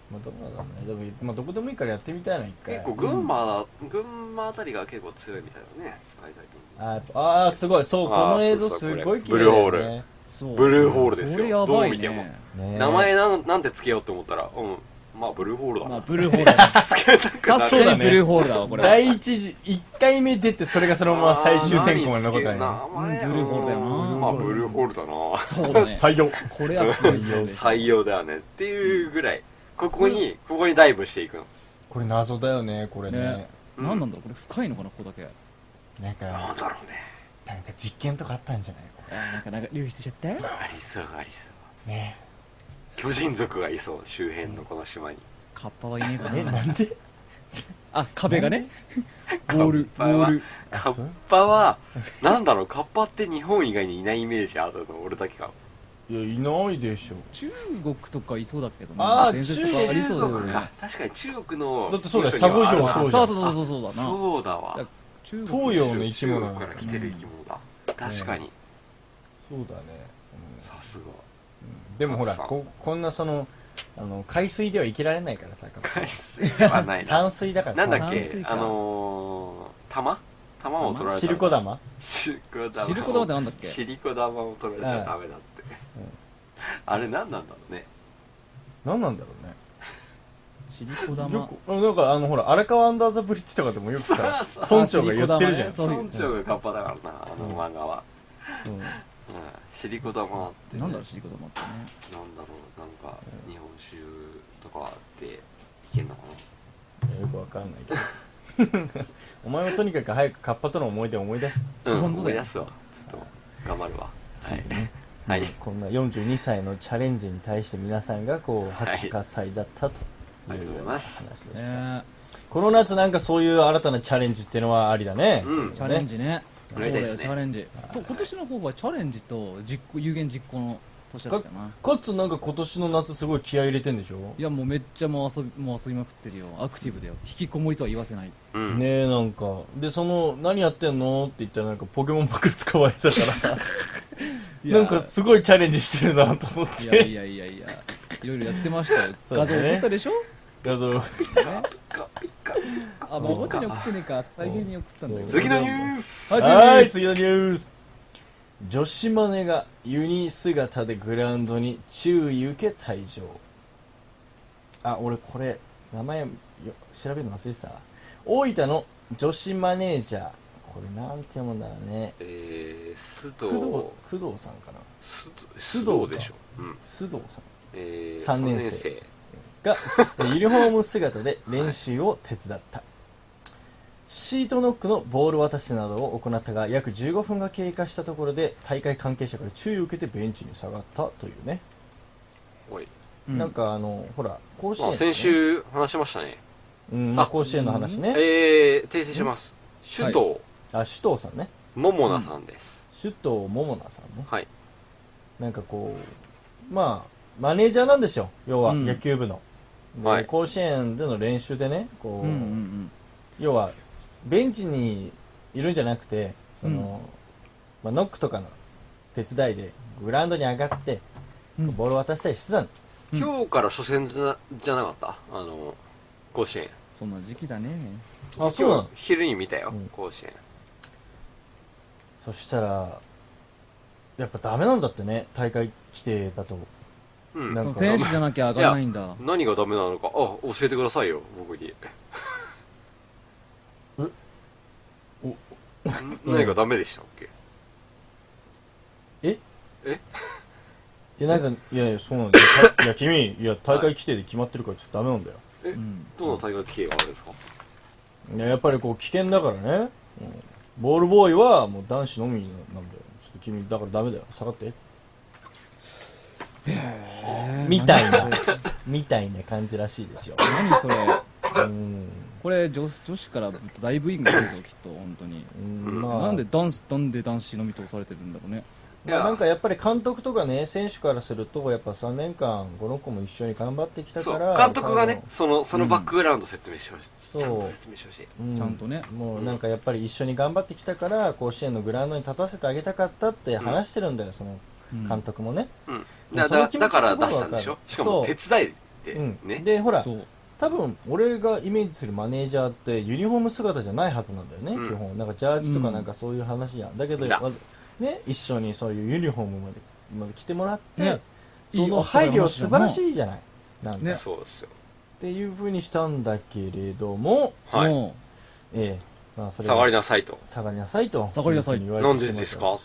まあどこだろうねでも、まあ、どこでもいいからやってみたいな一回結構群馬だ、群馬あたりが結構強いみたいだねスカイダイビングああーすごいそうこあーの映像そうすそうっこごれい綺麗だよブルーホーねそうブルーホールですよこれやばい、ね、どう見てもね名前なんなんてつけようと思ったらうんまあブルーホールだまあなブルーホールだねつけたくな確るかにブルーホールだわこれは第一次一回目出てそれがそのまま最終選考に残ったねあー何つける名前うんブルーホールだよなまあブルーホールだなそうだね採用これはすごいよね採用だよねっていうぐらいここにここにダイブしていくのこれ謎だよねこれねねうん何なんだろうこれ深いのかなここだけなんかなんだろうねなんか実験とかあったんじゃないこあーなんかなんか流出しちゃったありそうありそうれね巨人族がいそう周辺のこの島にカッパはいねえかえななんであ壁がねボールカボッパはールあカそうッパはなんだろうカッパって日本以外にいないイメージあるの俺だけかいやいないでしょ中国とかいそうだけどねあー伝説とかありそうだよねか確かに中国のだってそうだよ文章には沙悟あ浄るそそううじゃんそうそうそうそうだなそうだわだ中東国洋の生き物中国から来てる生き物だ、確かに、そうだね、さすがうんでもほらここんなそのあの海水では生きられないからさ [laughs] 海水では [laughs] ないな淡水だからなんだっ淡け水かあのー、玉玉を取られたシルコ玉シルコ玉をシルコ玉ってなんだっけシリコ玉を取られたらダメだって、あれ何なんだろうね何なんだろうねシリコよ玉くなんかあのほら荒川アンダーザブリッジとかでもよく [laughs] さそう村長が言ってるじゃんあシリコ玉ねそういう村長がカッパだからなあの漫画は、うんうん、シリコ玉ってなんだろうシリコ玉ってねなんだろうなんか日本酒とかでいけんのかよくわかんないけど [laughs] お前はとにかく早くカッパとの思い出を思い出すなうん本当思だいよ出すわちょっと頑張るわはい、はい、こんな42歳のチャレンジに対して皆さんがこう拍手喝采だったとありがとうございます話でした、ねこの夏なんかそういう新たなチャレンジっていうのはありだね、うんチャレンジねやそうりただいですよねチャレンジそう今年の方はチャレンジと実行有言実行の年だったよなかつなんか今年の夏すごい気合い入れてんでしょいやもうめっちゃもう遊びもう遊びまくってるよアクティブだよ引きこもりとは言わせないうんねえなんかでその何やってんのって言ったらなんかポケモンパック使われてたからなんかす [laughs] ごいチャレンジしてるなと思っいやていやいやいやいろいろやってましたよそうだ画ね像送ったでしょあのピカピカあまあ表に送ってねえか大変に送ったんだけど次のニュースはいはい、次のニュース。女子マネがユニ姿でグラウンドに注意受け退場。あ、俺これ、名前よ調べるの忘れてた。大分の女子マネージャー。これなんて読むんだろうね。えー、須工藤藤、工藤さんかな。須須須藤藤かでしょ、うん須藤さんえー、三年生三がユニフォーム姿で練習を手伝った、シートノックのボール渡しなどを行ったが約15分が経過したところで大会関係者から注意を受けてベンチに下がったというね、おい、うんなんかあのほら甲子園まあ、のね、先週話しましたねうんまあ、あ甲子園の話ね、えー、訂正します首藤あ首藤さんね桃奈さんです、首藤桃奈さんねはいなんかこうまあマネージャーなんですよ要はうん野球部の、ではい甲子園での練習でねこう、うんうんうん要はベンチにいるんじゃなくてその、まあ、ノックとかの手伝いでグラウンドに上がって、うんボール渡したりしてたのうん今日から初戦じゃなじゃなかったあの甲子園そんな時期だねあ今日昼に見たよ、うん甲子園そしたらやっぱダメなんだってね大会規定だとうんなそんかの選手じゃなきゃ上がらないんだ何がダメなのかあ教えてくださいよ僕にえおん [laughs] 何がダメでしたっけええいやなんかいやいやそうなんだよたいや君いや大会規定で決まってるからちょっとダメなんだようんどの大会規定があるんですかいややっぱりこう危険だからね、うんボールボーイはもう男子のみなんだよちょっと君だからダメだよ下がってみたいなみたいな感じらしいですよ何それうんこれ女子女子から大ブーイングですよきっと本当にうんまあなんで男子なんで男子のみ通されてるんだろうねいやまあ、なんかやっぱり監督とかね選手からするとやっぱ3年間56個も一緒に頑張ってきたそかうら監督がねそのそのバックグラウンド説明してほしい、そうちゃんと説明してほしい最後ちゃんとねうもうなんかやっぱり一緒に頑張ってきたから甲子園のグラウンドに立たせてあげたかったって話してるんだよ、そのうん監督もね、うんもだうそのだ気持だちすごからいわかる出したんでしょしかそもう手伝いって、うんねでほらそう多分俺がイメージするマネージャーってユニフォーム姿じゃないはずなんだよね、うん基本なんかジャージとかうんなんかそういう話やん、だけどだわざね一緒にそういうユニフォームまでまで着てもらって、ねそいいのお互配い慮の話だな素晴らしいじゃないなんか、ねそうですよっていうふうにしたんだけれども、はい、もええまあ、それ下がりななさいと下がりなさいと下がりなさい言われてしまったなんでですか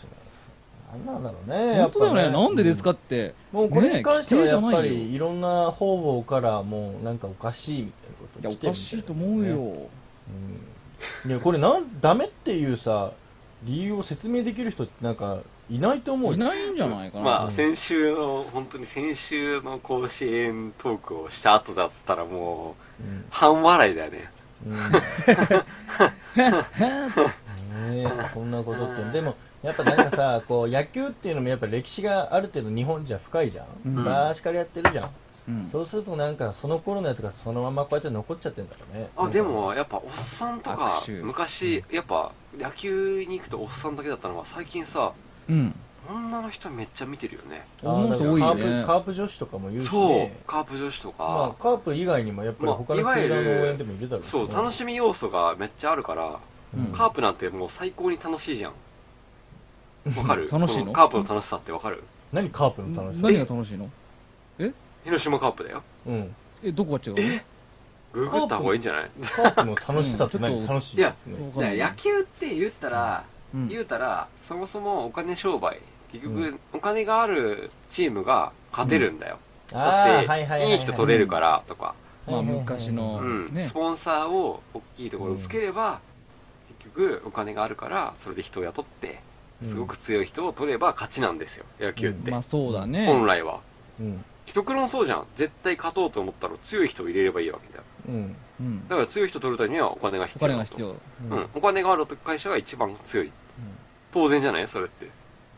なんなんだろううねや本っぱ当だよねなんでですかってもうこれねに関してはやっぱ規定じゃないりいろんな方々からもうなんかおかしいみたいなこといやお来てるみかたしないと思うようんいやこれなんダメっていうさ理由を説明できる人ってなんかいないと思ういよないんじゃないかなまあ先週の本当に先週の甲子園トークをした後だったらもううん半笑いだよねうんへーねえこんなことってでもやっぱなんか [laughs] さこう野球っていうのもやっぱ歴史がある程度日本じゃ深いじゃんうん昔からやってるじゃん、うんそうするとなんかその頃のやつがそのままこうやって残っちゃってんだろうねあでもやっぱおっさんとか握手昔やっぱ野球に行くとおっさんだけだったのは最近さうん女の人めっちゃ見てるよね思う人多いよねあだからカープカープ女子とかも言うし、そね、うカープ女子とか、まあカープ以外にもやっぱり他のまあ球いわ団ゆのる応援でもいるだろうしね、そう楽しみ要素がめっちゃあるから、うんカープなんてもう最高に楽しいじゃんわかる楽しいのこカープの楽しさってわかる何カープの楽しさ何が楽しいの広島カープだようんえどこが違うのググった方がいいんじゃないカープの楽しさってう何ん楽しいいやねわかんないいや野球って言ったら、うん言うたらそもそもお金商売結局、うお金があるチームが勝てるんだよ、だあっーはいはははていい人取れるからとか、まあ昔のうんねスポンサーを大きいところつければ、結局お金があるからそれで人を雇ってうんすごく強い人を取れば勝ちなんですよ野球って、まあそうだね本来はうん極論そうじゃん絶対勝とうと思ったら強い人を入れればいいわけだようんうんだから強い人取るためにはお金が必お要だ金とが必要うんうん、お金がある会社が一番強い、当然じゃないそれって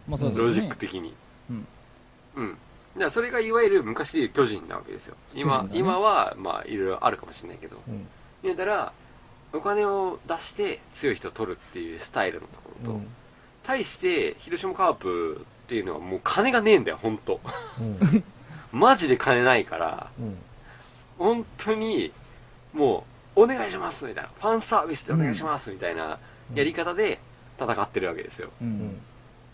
まあそうだねロジック的にうんうんだからそれがいわゆる昔でいう巨人なわけですよ今,、巨人だね今はまあいろいろあるかもしれないけどうん言うたらお金を出して強い人を取るっていうスタイルのところと、対して広島カープっていうのはもう金がねえんだよ本当うん [laughs] マジで金ないからうん本当にもうお願いしますみたいなファンサービスでお願いしますみたいなやり方で戦ってるわけですよううんん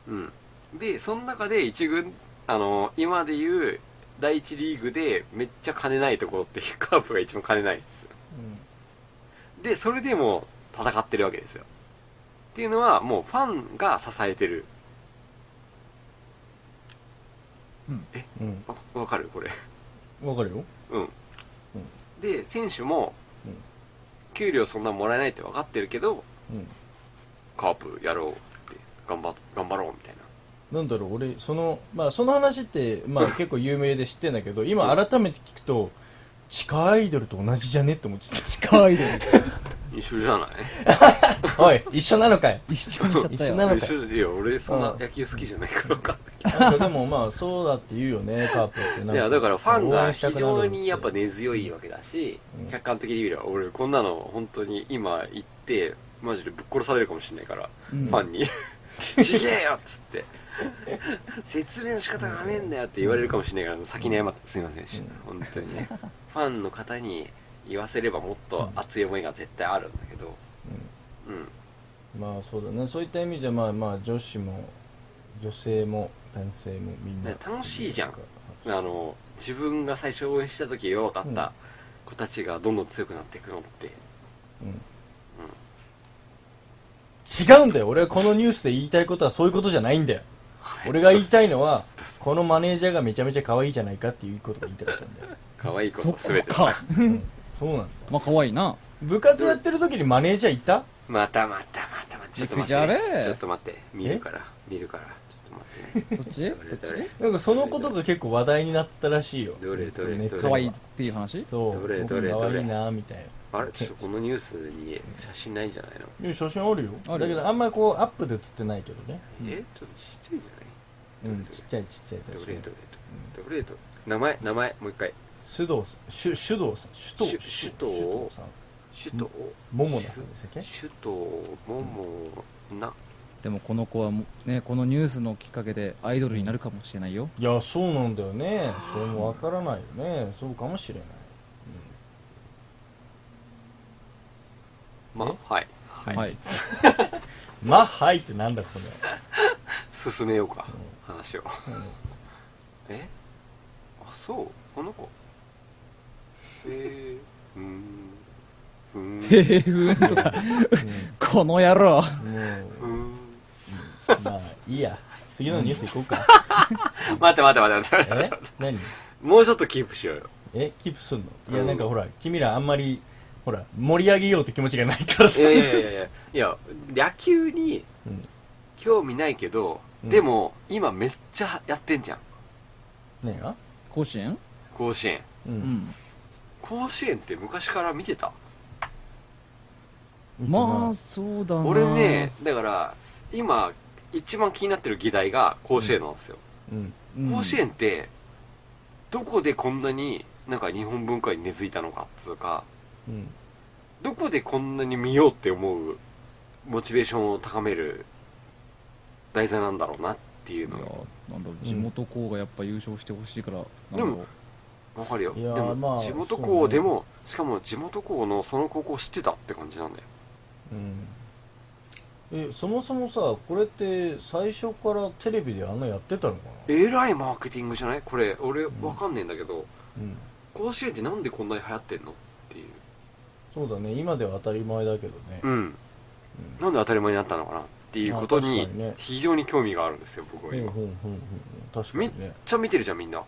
うん、でその中で一軍あの今でいう第一リーグでめっちゃ金ないところっていうカープが一番金ないんですよでそれでも戦ってるわけですよっていうのはもうファンが支えてるうんわわかるこれ [laughs] うんわかるようん、で選手もうん給料そんなもらえないって分かってるけどうんカープやろうって頑張頑張ろうみたいななんだろう俺そのまあその話ってまあ結構有名で知ってんだけど今改めて聞くと地下アイドルと同じじゃねって思っちゃっ地下アイドル一緒じゃないたおい一緒なのかい一緒にしちゃった一緒よなのか一い緒でいや俺そんなうん野球好きじゃないから分かんないなんかでもまあそうだって言うよねカープってなんいやだからファン応が援した非くなる常にやっぱ根強いわけだし、うん客観的に見れば俺こんなの本当に今行ってマジでぶっ殺されるかもしれないから、うんファンに「ちげえよ!」っつって説明の仕方が甘えんだよって言われるかもしれないから先に謝ってすいませんでした、本当にねファンの方に言わせればもっと熱い思いが絶対あるんだけどうん、まあそうだねそういった意味じゃまあまあ女子も女性も男性もみんなね楽しいじゃんあの自分が最初応援した時弱かった子たちがどんどん強くなっていくのって違うんだよ俺はこのニュースで言いたいことはそういうことじゃないんだよ俺が言いたいのはこのマネージャーがめちゃめちゃ可愛いじゃないかっていうことが言いたかったんだよ、可愛い子そさっ全てか。そうなんだまあ、可愛いな。部活やってる時にマネージャーいたまたまたまたまたちょっと待肉っじゃてれちょっと待って見るから見るからちょっと待ってね [laughs] そっちどそれっどれちなんかそのことが結構話題になってたらしいよどれどれネットでど可れ愛いっていう話そうどれどれ僕可愛どれいなみたいあれちょっとこのニュースに写真ないんじゃないのないや写真あるよあるだけどあんまりこうアップで写ってないけどねえちょっとちっちゃいんじゃないうんちっちゃいちっちゃいどれど確かれにどれどれどれ名前名前もう一回須藤さんしゅ首藤さん首藤しゅ首首藤藤さん首都桃田さんでしたっけ首都ももなでもこの子はもうねこのニュースのきっかけでアイドルになるかもしれないよいやそうなんだよねそれもわからないよねそうかもしれないまはいはい、まあはいってなんだこれ進めようか話を [laughs] えあそうこの子えー、うーんうーへ [laughs] んへふーんとかこの野郎うもーんうまあいいや次のニュース行こうか待って待って待って待って待っえて何 [laughs] もうちょっとキープしようよえキープすんのいうやんなんかほら君らあんまりほら盛り上 [laughs] げようって気持ちがないからいさやいやいやいやいや野球にうん興味ないけど、うんでも今めっちゃやってんじゃん何が甲子園甲子園ううんん甲子園って昔から見てたまあそそうだな俺ねだから今一番気になってる議題が甲子園なんですよ、うんうん甲子園ってどこでこんなになんか日本文化に根付いたのかっつうかうんどこでこんなに見ようって思うモチベーションを高める題材なんだろうなっていういやのがなんだろう地元校がやっぱ優勝してほしいからなんだろうでもわかるよいでやーまもあ地元そう校ねでも、しかも地元校のその高校を知ってたって感じなんだようんえそもそもさこれって最初からテレビであんなやってたのかなえらいマーケティングじゃないこれ俺わかんねえんだけど、うん甲子園ってなんでこんなに流行ってんのっていうそうだね今では当たり前だけどねうん、なんで当たり前になったのかなっていうことあに確かにね非常に興味があるんですよ僕うはんうん今、うんうんうん確かめっにねちゃ見てるじゃんみんな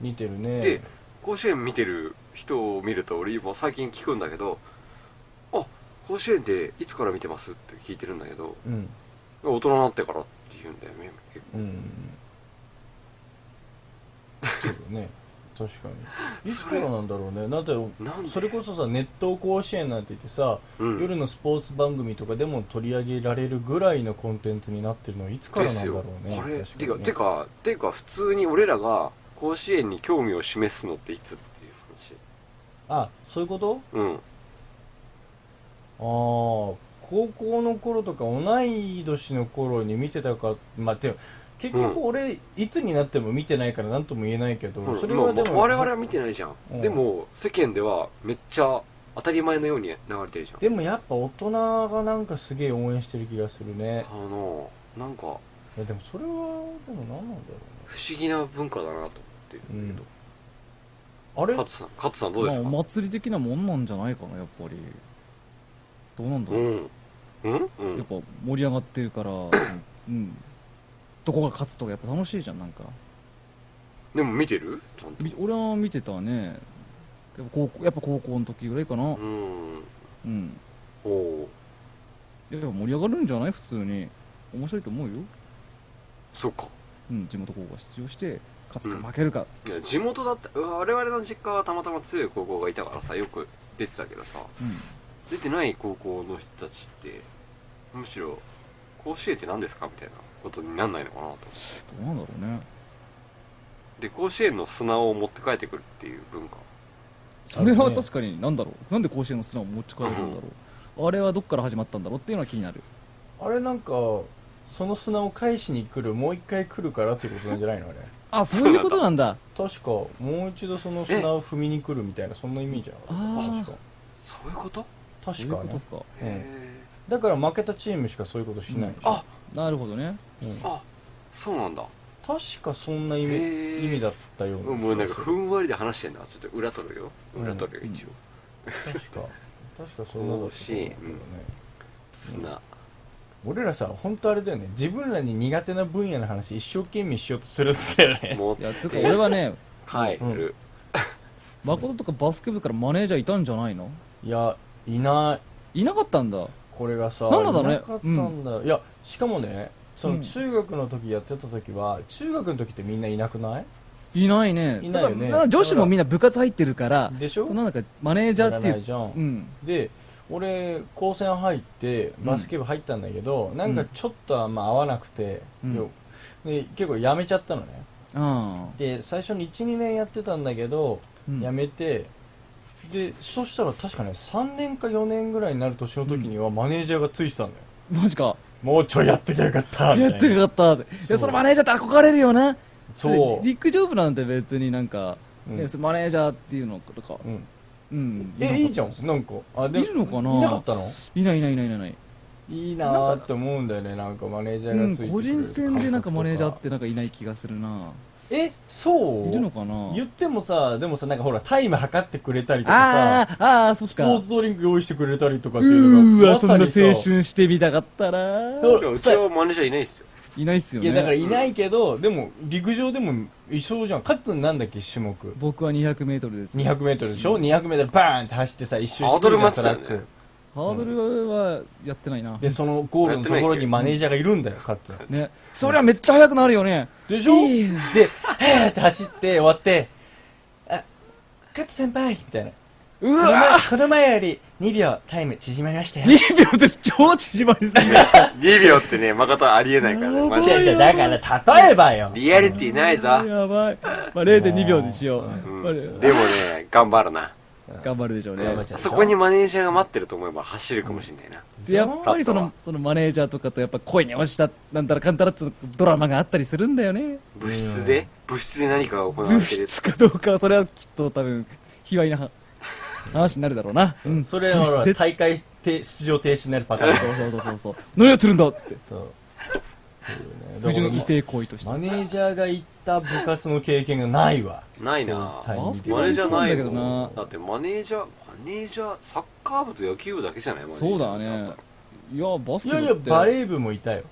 見てるでね甲子園見てる人を見ると俺今最近聞くんだけど「あ甲子園っていつから見てます?」って聞いてるんだけどうん「大人になってから」って言うんだよね結構うんそうだね確か [laughs] にいつからなんだろうねだってなんでそれこそさ熱湯甲子園なんて言ってさ、うん夜のスポーツ番組とかでも取り上げられるぐらいのコンテンツになってるのはいつからでなんだすろようねこれ確てかかにねてかてか普通に俺らが甲子園に興味を示すのっていつっていう話あそういうことうんああ高校の頃とか同い年の頃に見てたかまあでも結局俺、いつになっても見てないから何とも言えないけど、うんそれはでまあも、まあ我々は見てないじゃん、うんでも世間ではめっちゃ当たり前のように流れてるじゃんでもやっぱ大人がなんかすげえ応援してる気がするねあのなんか不思いやでもそれはでも何なんだろ議な文化だなと思ってるうねんだけうんあれど、勝さん勝さんどうですか、まあ、お祭り的なもんなんじゃないかなやっぱりどうなんだうろう、んうんうやっんぱ盛り上がってるからそのうんどこが勝つとかやっぱ楽しいじゃんなんかでも見てるちゃんとみ俺は見てたねやっぱ高校やっぱ高校の時ぐらいかなうんうんおおいやでも盛り上がるんじゃない普通に面白いと思うよ、そっかうん、地元校が出場して勝つうんか負けるか、いや地元だった我々の実家はたまたま強い高校がいたからさよく出てたけどさうん出てない高校の人たちってむしろ甲子園って何ですかみたいなことになんないのかなと思ってどうなんだろうねで甲子園の砂を持って帰ってくるっていう文化それはね確かに何だろうなんで甲子園の砂を持ち帰るんだろう、あれはどっから始まったんだろうっていうのは気になるあれなんかその砂を返しに来るもう一回来るからっていうことなんじゃないのあれあそういうことなんだ確かもう一度その砂を踏みに来るみたいなそんなイメージああー確かそういうことそうい確うかこねとかうん、へだから負けたチームしかそういうことしないでしょーあなるほどねうんあそうなんだ確かそんな意へ味ー意味だったようなもうなんかふんわりで話してんなちょっと裏取るようん裏取るよ一応、確か確かそんなだったと思うけどね砂俺らさ本当あれだよね自分らに苦手な分野の話一生懸命しようとするんだよね持っいやつうか俺はね [laughs] 帰うんる、誠とかバスケ部からマネージャーいたんじゃないのいやいないいなかったんだこれがさなんだろうねいなかったんだ、いやしかもねそうのん中学の時やってた時は、中学の時ってみんないなくないいないねいないよねだから女子もみんな部活入ってるからでしょそのなんかマネージャーってやいらなうじゃん、うんで俺高専入ってバスケ部入ったんだけど、なんかちょっとあんま合わなくて、うんよで結構やめちゃったのねあで最初に12年やってたんだけどあやめて、でそしたら確かね3年か4年ぐらいになる年の時にはマネージャーがついてたんだよ、マジかもうちょいやってきゃよかったみたいやなってよかったっていやそのマネージャーって憧れるよなそう、陸上部なんて別になんか、うんねそのマネージャーっていうのとかうんうんえなかったいいじゃんなんかあでいるのかないなかったのいないいないいないいないいいなーって思うんだよねなんかマネージャうーがんついてくる個人戦でなんかマネージャーっ感覚てなんかいない気がするなとかえそういるのかな言ってもさでもさなんかほらタイム測ってくれたりとあかーあーさそっスかポーツドリンク用意してくれたりとかっていううのーがわそんな青さ春してみたかったなそういやうちはマネージャーいない [laughs] ですよいないっすよいねやだからいないけど、でも陸上でも一緒じゃんカッツンなんだっけ種目僕は 200m です 200m でしょ、200m バーンって走ってさ一周ハードルマッチトだラよック、ねハードルはやってないなでそのゴールのところにマネージャーがいるんだよカッツンねそりゃめっちゃ速くなるよねでしょ、いいで「へーって走って終わって「あカッツン先輩」みたいなうこのわ前この前より2秒タイム縮まりましたよ2秒です超縮まりすぎる2秒ってね誠はありえないからねマジ違う違うだから例えばよリアリティないぞ、やばい、まあ、0.2秒にしよう、うんまあでもね頑張るな頑張るでしょうね頑張っちゃうそこにマネージャーが待ってると思えば走るかもしれないな、でやっぱりそのそのマネージャーとかとやっぱ恋に落ちたなんたらかんたらってドラマがあったりするんだよ [laughs] ね部室で部室で何かが行われ物てる質かどうかはそれはきっと多分卑猥なは話になるだろうな、うん、それはほら絶大会て出場停止になるパターン [laughs] そうそうそうそうそう何やってるんだっつってそうっていうね無事の異性行為としてマネージャーが行った部活の経験がないわないなそうバスケマネージャーないそうだけどなもんだってマネージャーマネージャーサッカー部と野球部だけじゃないマネージャそーうだねいやバスいケやい部やってバレー部もいたよ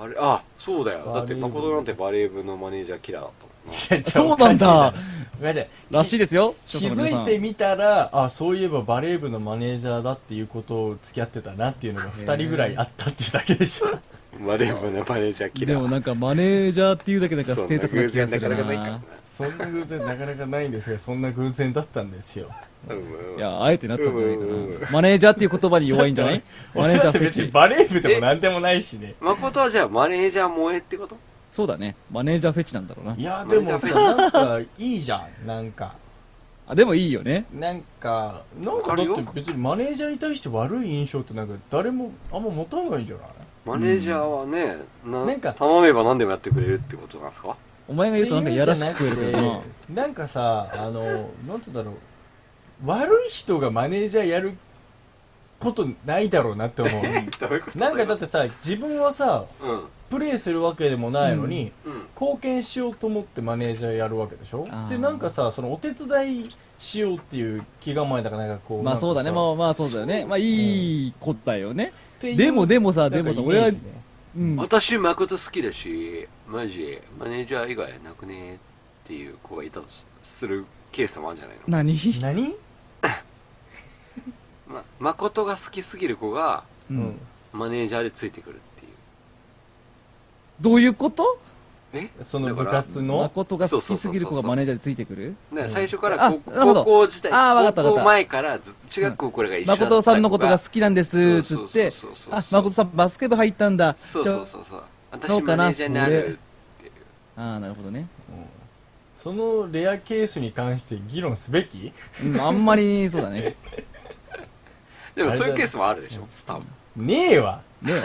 あれあそうだよバレー部だって誠なんてバレー部のマネージャーキラーだったもんなそうな [laughs] んだごめんなさいらしいですよ気づいてみたらあそういえばバレー部のマネージャーだっていうことを付き合ってたなっていうのが2人ぐらいあったっていうだけでしょ [laughs] バレー部のマネージャーキラでーもなんかマネージャーっていうだけなんかそスんテなータス偶な気が然すなかるななかないかそんな偶然なかなかないんですがそんな偶然だったんですよらなうんうんいやあえてなったんじゃないかうんうんうなマネージャーっていう言葉に弱いんじゃ [laughs] ないマネージ俺らャーってス [laughs] イ別にッチバレー部でも何でもないしね誠はじゃあマネージャー萌えってことそうだねマネージャーフェチなんだろうないやでもさなんかいいじゃんなんかあでもいいよねなんかなんわかかだるよって別にマネージャーに対して悪い印象ってなんか誰もあんま持たないんじゃないマネージャーはね、ななんか頼めば何でもやってくれるってことなんですかお前が言うとなんかやらしく聞こえるけどなってなんかさあのなんつうんだろう悪い人がマネージャーやることないだろうなって思 [laughs] うどういうことなんかだってさ自分はさうんプレーするわけでもないのに、うん貢献しようと思ってマネージャーやるわけでしょあーでなんかさそのお手伝いしようっていう気構えだからなんかこうまあそうだねまもあまあそうだよねまあいいことだよねうでもでもさでもさ俺はうん私誠好きだしマジマネージャー以外なくねっていう子がいたとしするケースもあるんじゃないの、何何ま、誠が好きすぎる子がううんんマネージャーでついてくるっていうどういうことえそのだか部ら活の誠が好きすぎる子がマネージャーでついてくるね最初からあ高なるほ高ど校時代あーわかったわか高った校前からず中学校これが一緒だった誠さんのことが好ききなんですつってそうそうそうそうあ誠さんバスケ部入ったんだそうじゃそうそうそう私どうマかネなージャーになるっていうああーなるほどねそのレアケースに関して議論すべき [laughs] うんあんまりそうだねでもそういあれうだケースもあるでしょ多分ねえわ。ねえ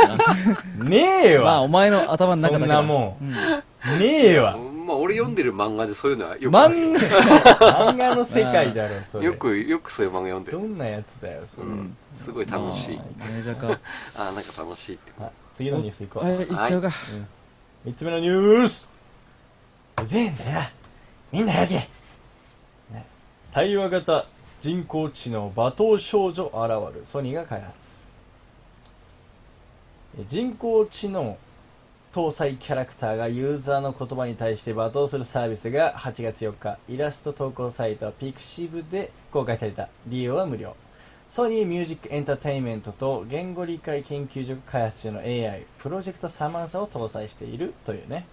なねえまあおわ。前の頭の中だそけんだなも。うんんねえわ。まあ、俺読んでる漫画でそういうのはよくある漫画、漫画の世界だろ、それ。よく、よくそういう漫画読んでどる。んなやつだよ、それう。ん。すごい楽しい。まあメジャーかあーなんか楽しいって。あ次のニュース行こう。はい行っちゃうか三つ目のニュースうぜえんだよみんな早くね対話型人工知能罵倒少女現るソニーが開発え人工知能搭載キャラクターがユーザーの言葉に対して罵倒するサービスが8月4日イラスト投稿サイトピクシブで公開された利用は無料ソニーミュージックエンターテインメントと言語理解研究所が開発中の AI プロジェクトサマンサを搭載しているというね、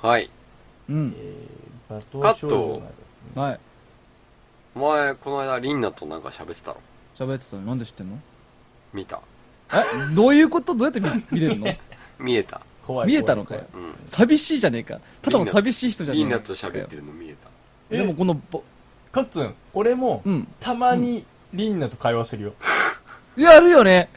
はい。うんえー、罵倒少女なるはいお前、この間、リンナとなんか喋ってたろ喋ってたのなんで知ってんの見たえどういうことどうやって見見れるの見えた。怖い見えたのかよ怖いうん。寂しいじゃねえかただの寂しい人じゃねリえンかナよと喋ってるの見えた。でもこのぼ怖いカッツン俺も、うんたまにリンナと会話するよ、やるよね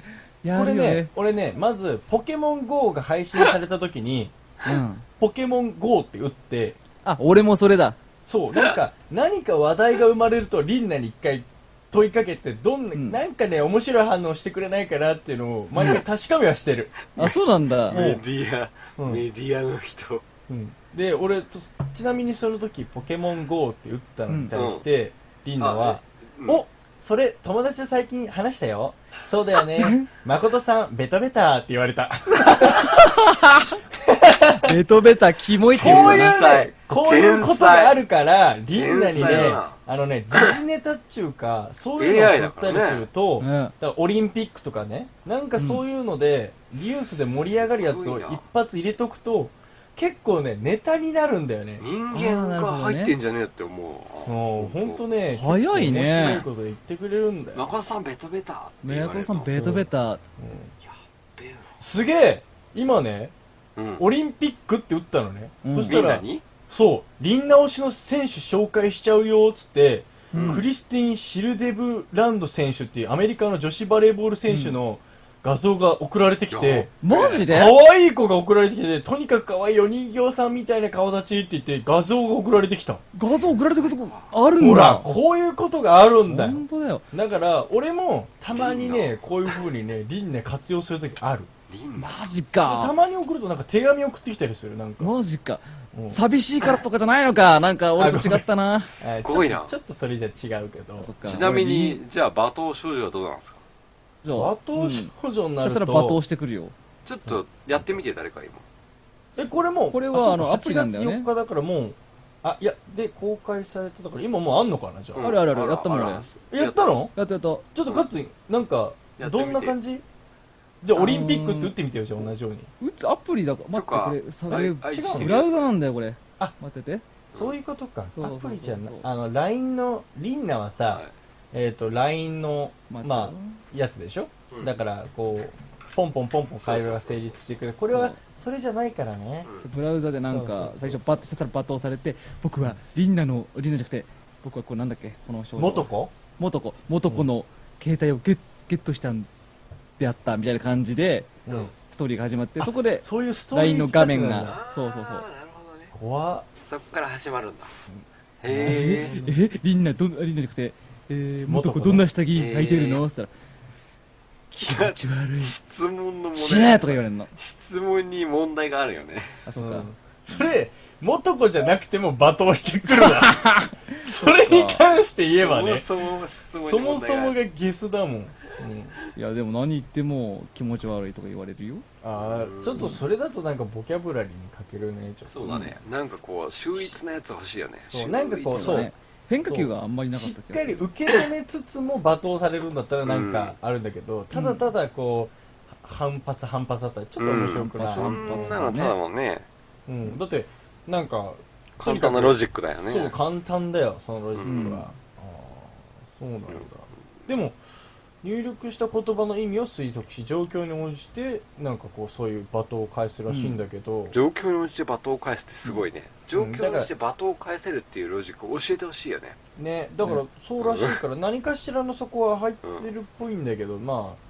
やこれるよねね俺ねまずポケモン GO が配信された時 [laughs] にうんポケモン GO って打ってあ俺もそれだそうなん [laughs] か何か話題が生まれるとリンナに一回問いかけてどんな、うんなんかね面白い反応してくれないかなっていうのを毎回確かめはしてるあそうなんだうんメディア、うんメディアの人。うんで俺とちなみにその時ポケモン GO って打ったのに対して、リンナはあ「おそれ友達と最近話したよそうだよね誠さんベタベタ」って言わ [laughs] れたベトベタキモいってこ言ううよいうなねこういうことがあるからリンナに天才ねだなあのね時事ネタっちゅうかそういうのを AI 振だっかたらねりすると、うんだからオリンピックとかねなんかそういうので、リユースで盛り上がるやつを一発入れとくと結構ねネタになるんだよね人あーな間るほがどね入ってんじゃねえって思う。もう本当ね早いね結構面白いこと言ってくれるんだよ中田さんベタベタって言宮われ古たさんベトベタべえすげえ今ねなうんオリンピックって打ったのね、うんそしみたんならにそう輪直しの選手紹介しちゃうよっつって、うんクリスティン・シルデブランド選手っていうアメリカの女子バレーボール選手の画像が送られてきいやて、マジで可愛い子が送られてきて、とにかく可愛いお人形さんみたいな顔立ちって言って画像が送られてきた。画像送られてくるとこあるんほらだ、こういうことがあるんだよ。本当だよだから、俺も、たまにいいなね、こういう風に [laughs] ね、輪廻活用するときある。リンナマジたかまに送るとなんか手紙送ってきたりする、なんか。マジかうん寂しいからとかじゃないのかなんか俺と違ったなえーすごいなちょっとちょっとそれじゃ違うけどそっ。かちなみにじゃあ罵倒少女はどうなんですかじゃあ罵うん倒少女になそるしたと。ら罵倒してくるよちょっとやってみて誰か今え、これもう、これはそうあのアプリなんだよね8月4日だからもう、あ、いや、で、公開されただから、今もうあんのかな、じゃうんあるあるあるやったもんねあらあ。やったのやっとやっとちょっとガッツリ、なんかやっ、てみどてんな感じじゃあ、オリンピックって打ってみてよ、じゃあ、同じように。うつアプリだからとか待ってこれさあえ違うあ違うブラウザなんだよこれあ待っててそういうことか。そうそうそアうプリじゃなそうそうあの、LINE の、リンナはさ、はいえっ、と、LINE の、待ってまあ、やつでしょ、うんだから、こう、ポンポンポンポン会話が成立していくる。これは、それじゃないからね。そうブラウザでなんそうそうかそう最初バッとしたら罵倒されて僕はリンナのリンナじゃなくて僕はこれなんだっけこの少女元子元子元子の携帯をゲッゲットしたんであったみたいな感じでうん。ストーリーが始まってそこでそういうストーリー LINE の画面企画なんだ。がそうそうそあうーなるほどね怖っそっから始まるんだへええリンナどんリンナじゃなくて、えー、元元子子ねどんな下着履いてるの、えーっつったら気持ち悪い質問の問死ね題とか言われるの質問に問題があるよねあそっか、うん [laughs] それ、元子じゃなくても罵倒してくる [laughs] わ。それに関して言えばね、そもそも質問そにも問題そがあもるがゲスだもん。うんいやでも何言っても気持ち悪いとか言われるよあーちょっとそれだとなんかボキャブラリーに欠けるね、ちょっと。そうだねなんかこう秀逸なやつ欲しいよねそ秀う逸なんかこうそうね変化球があんまりなかっしたっけどかり受け止めつつも罵倒されるんだったらなんかあるんだけど、ただただこう反発反発だったらちょっと面白くない、うそんんなのただもんねだってなんかと簡にか単くなロジックだよねそう簡単だよそのロジックは、ああそうなんだ、でも入力した言葉の意味を推測し状況に応じてなんかこうそういう罵倒を返すらしいんだけど、状況に応じて罵倒を返すってすごいね、状うん況に応じて罵倒を返せるっていうロジックを教えてほしいよねねだからそうらしいから何かしらのそこは入ってるっぽいんだけど、まあ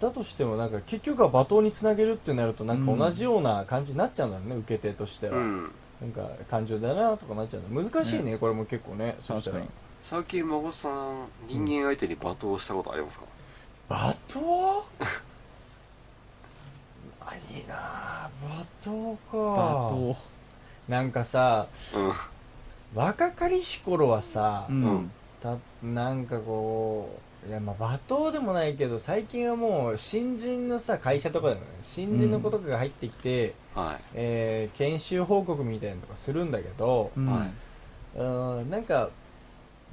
だとしてもなんか結局は罵倒につなげるってなるとなんか同じような感じになっちゃうんだろうね、受け手としては、うんなんか感情だなとかなっちゃうんだ難しいねこれも結構ねそしたら確最近孫さん人間相手に罵倒したことありますか、罵倒 [laughs] あいいなあ罵倒か罵倒なんかさうん若かりし頃はさ、んたなんかこういやまあ罵倒でもないけど最近はもう新人のさ会社とかだよね新人の子とかが入ってきて、はいえー研修報告みたいなのとかするんだけど、うんはいうん、なんか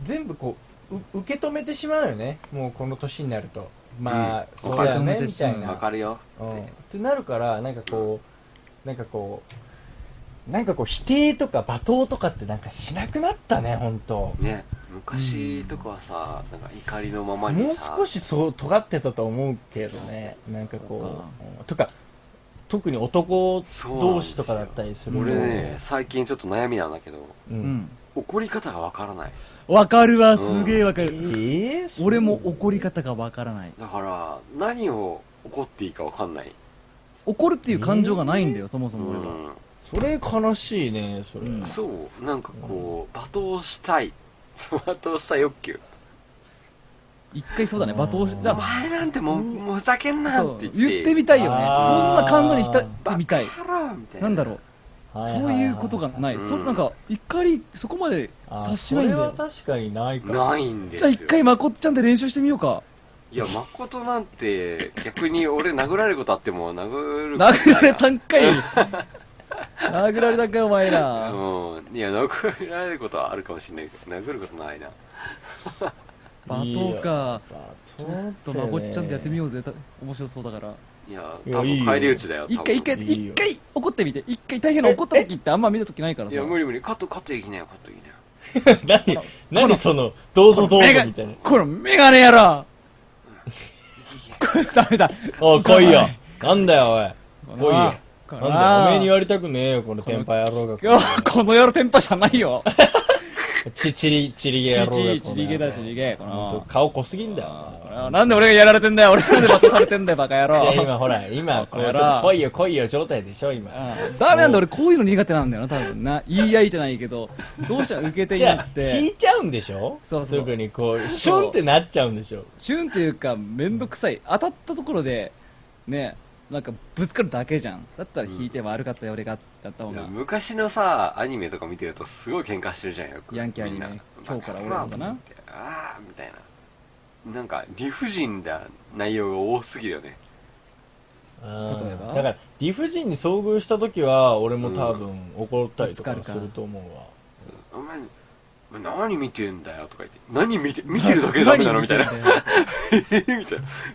全部こうう受け止めてしまうよねもうこの年になるとまあ、うんそうだよね受け止めみてしまたういわなかるようん、ってなるからなんかこうなんかこうなんかこう否定とか罵倒とかってなんかしなくなったね本当ね昔とかはさ、なんか怒りのままもにうさ少しそう尖ってたと思うけどねなんかこううんとか特に男同士とかだったりすると俺ね最近ちょっと悩みなんだけどううんん怒り方がわからないわかるうわんすげえわかえる、ーそう俺も怒り方がわからないだから何を怒っていいかわかんない怒るっていう感情がないんだよ、そもそも俺は、うそれ悲しいねそれ、うんんそうなんかこう罵倒したい [laughs] 罵倒した欲求一回そうだね罵倒しだお前なんてもう,、もうふざけんなそってう言って言ってみたいよねあーそんな感情に浸ってみたいバカ野郎みたいななんだろうはいはそはういうことがない、うんそなんか怒りそこまであー達しないんだよそれは確かにないかないいんですじゃよあ一回まこっちゃんで練習してみようかいや誠なんて逆に俺殴られることあっても殴ること殴らないれたんかい [laughs] 殴られたんかいお前らうんいや殴られることはあるかもしれないけど殴ることないな罵倒かちちょっとまこっちゃんでやってみようぜた面白そうだからいやいや多いい分よ返り討ちだよ多分一回一回いいよ一回怒ってみて一回大変な怒った時ってあんま見た時ないからいさや無理無理カットカットいきなよカットいきなよう [laughs] 何何そのどうぞどうぞメガみたいなこのメガネ野郎ダメだおい来いよなんだよおい来いこよなんこのだよおめえに言われたくねえよこの天パ野郎がいやこの夜テンパじゃないよちちりちりげ野郎がちちちりげだちりげこほんとの顔濃すぎんだよこれはなんで俺がやられてんだよ俺なんでバカされてんだよバカ野じゃ [laughs] あ郎今ほら今こうちょこっの野と郎来いよ来いよ状態でしょ今うんダメなんだ俺こういうの苦手なんだよな多分な言い合いじゃないけどどうしたら受け手にじなゃっあ引ていちゃうんでしょそうそうすぐにこうシュンってなっちゃうんでしょシュンっていうかめんどくさい当たったところでねなんかぶつかるだけじゃんだったら引いて悪かったよ俺がだった方いやが昔のさアニメとか見てるとすごい喧嘩してるじゃんよくヤンキーアニメみんな今日から俺のかなああみたいななんか理不尽な内容が多すぎるよねうん例えばだから理不尽に遭遇した時は俺も多分怒ったりとかぶつかするかると思うわお前お前何見てんだよとか言って何見て見てるだけでダメなのみたいな [laughs] みたいな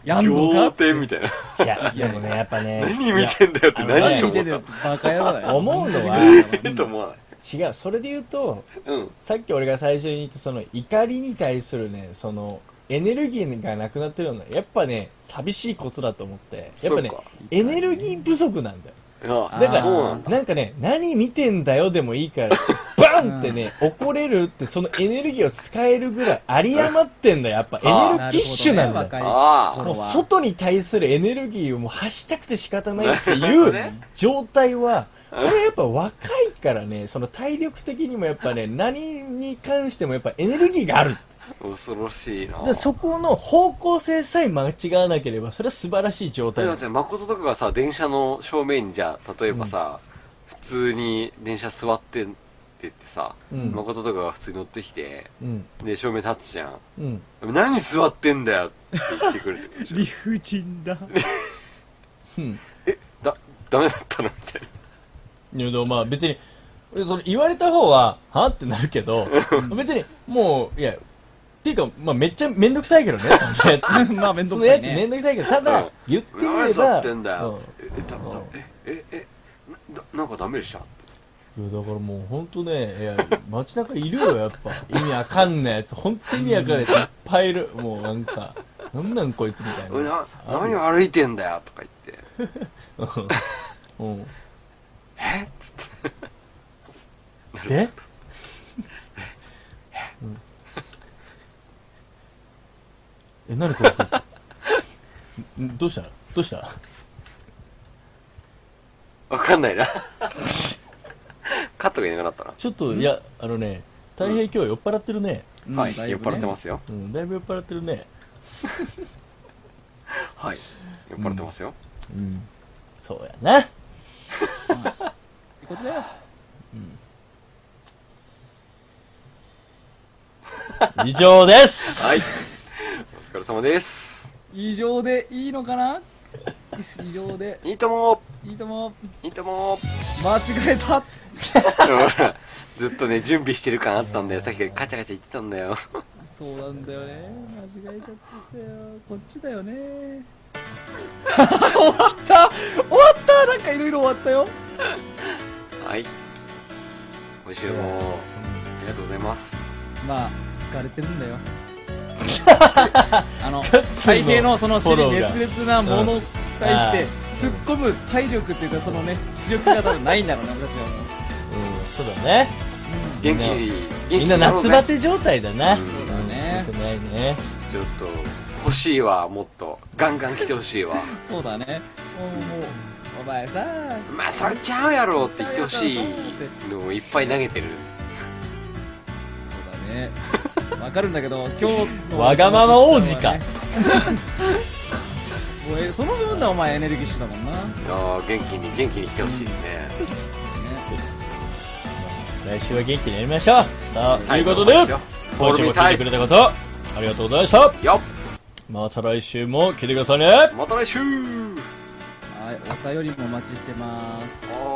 やんのか仰天みたいなじゃあでもねやっぱね何見てんだよっていや何と思見てっるたよバカ野郎だ [laughs] よ思うのはえっ [laughs] と思わない違うそれで言うとうんさっき俺が最初に言ったその怒りに対するねそのエネルギーがなくなってるのはやっぱね寂しいことだと思ってやっぱねそうかエネルギー不足なんだよあだからそうなんだなんかね何見てんだよでもいいから [laughs] バンってね怒れるってそのエネルギーを使えるぐらい有り余ってんだよやっぱエあーネルギッシュなんだよなるほどね若いあもうこれは外に対するエネルギーをもう発したくて仕方ないってなるほいどうね状態は、これやっぱ若いからね、その体力的にもやっぱね、何に関してもやっぱエネルギーがある。あ恐ろしいなでそこの方向性さえ間違わなければ、それは素晴らしい状だ態だって誠とかがさ電車の正面にじゃあ例えばさ、普通に電車座ってって言ってさ、うん誠とかが普通に乗ってきてうん。で正面立つじゃんうん。何座ってんだよって言ってくる理不尽だうん。えだダメだったのみたいないや、でもまあ別に、その言われた方は、はってなるけど、別にもう、いや、っていうか、まあめっちゃめんどくさいけどね、そんなやつ。 [laughs] まあ面そ倒のくさやいつめねんどくさいけど、ただ、言ってみ何れ座ば、ってんだよう、んええだだえええなななんかダメでしたいやだからもう本当ねいや街中いるよやっぱ意味わかんないやつ本当意味わかんないやついっぱいいるもうなんかなんなんこいつみたいおいなな何歩いてんだよとか言 [laughs] ってうんえでうん [laughs] え何これんどうしたどうしたわかんないな。カットがいなくなったな。ちょっと、いや、あのね、大平今日酔っ払ってるね。うんはい、だ酔っぶね払ってますよ。うん、だいぶ酔っ払ってるね。はい、酔っ払ってますよ。うん。そうやな。ってことだよ以上ですはい、お疲れ様です。以上でいいのかな [laughs] 以上でいいともいいともいいとも [laughs] 間違えたずっとね、準備してる感あったんだよ。さっきカチャカチャ言ってたんだよ。そうなんだよね間違えちゃったよこっちだよね [laughs] 終わった終わったなんかいろいろ終わったよはい。今週も、ありがとうございます。まあ疲れてるん [laughs] だよあのツ最ーの低のそのフォロ尻ーが熱烈なものに対してうん突っ込む体力っていうかそのね気力が多分ないんだろうね俺たちはもううん、そうだね。み元ん気なに、元気みんな夏バテ状態だな。うんそうだねうん良くないね。ちょっと、欲しいわ、もっと。ガンガン来てほしいわ。 [laughs] そうだねもうもうお前さまあ、それちゃうやろって言ってほしいのをいっぱい投げてる。 [laughs] そうだねわかるんだけど今日のわがまま王子 [laughs] かねおいその分だお前エネルギッシュだもんな、ね、あー元気に、元気に来てほしいですね。来週は元気にやりましょう。さあ、ということで、ボー今ル週見もた聞いいてくれた方、ありがとうございました。よまた来週も聞いてくださいねっ。また来週はいお便りもお待ちしてますは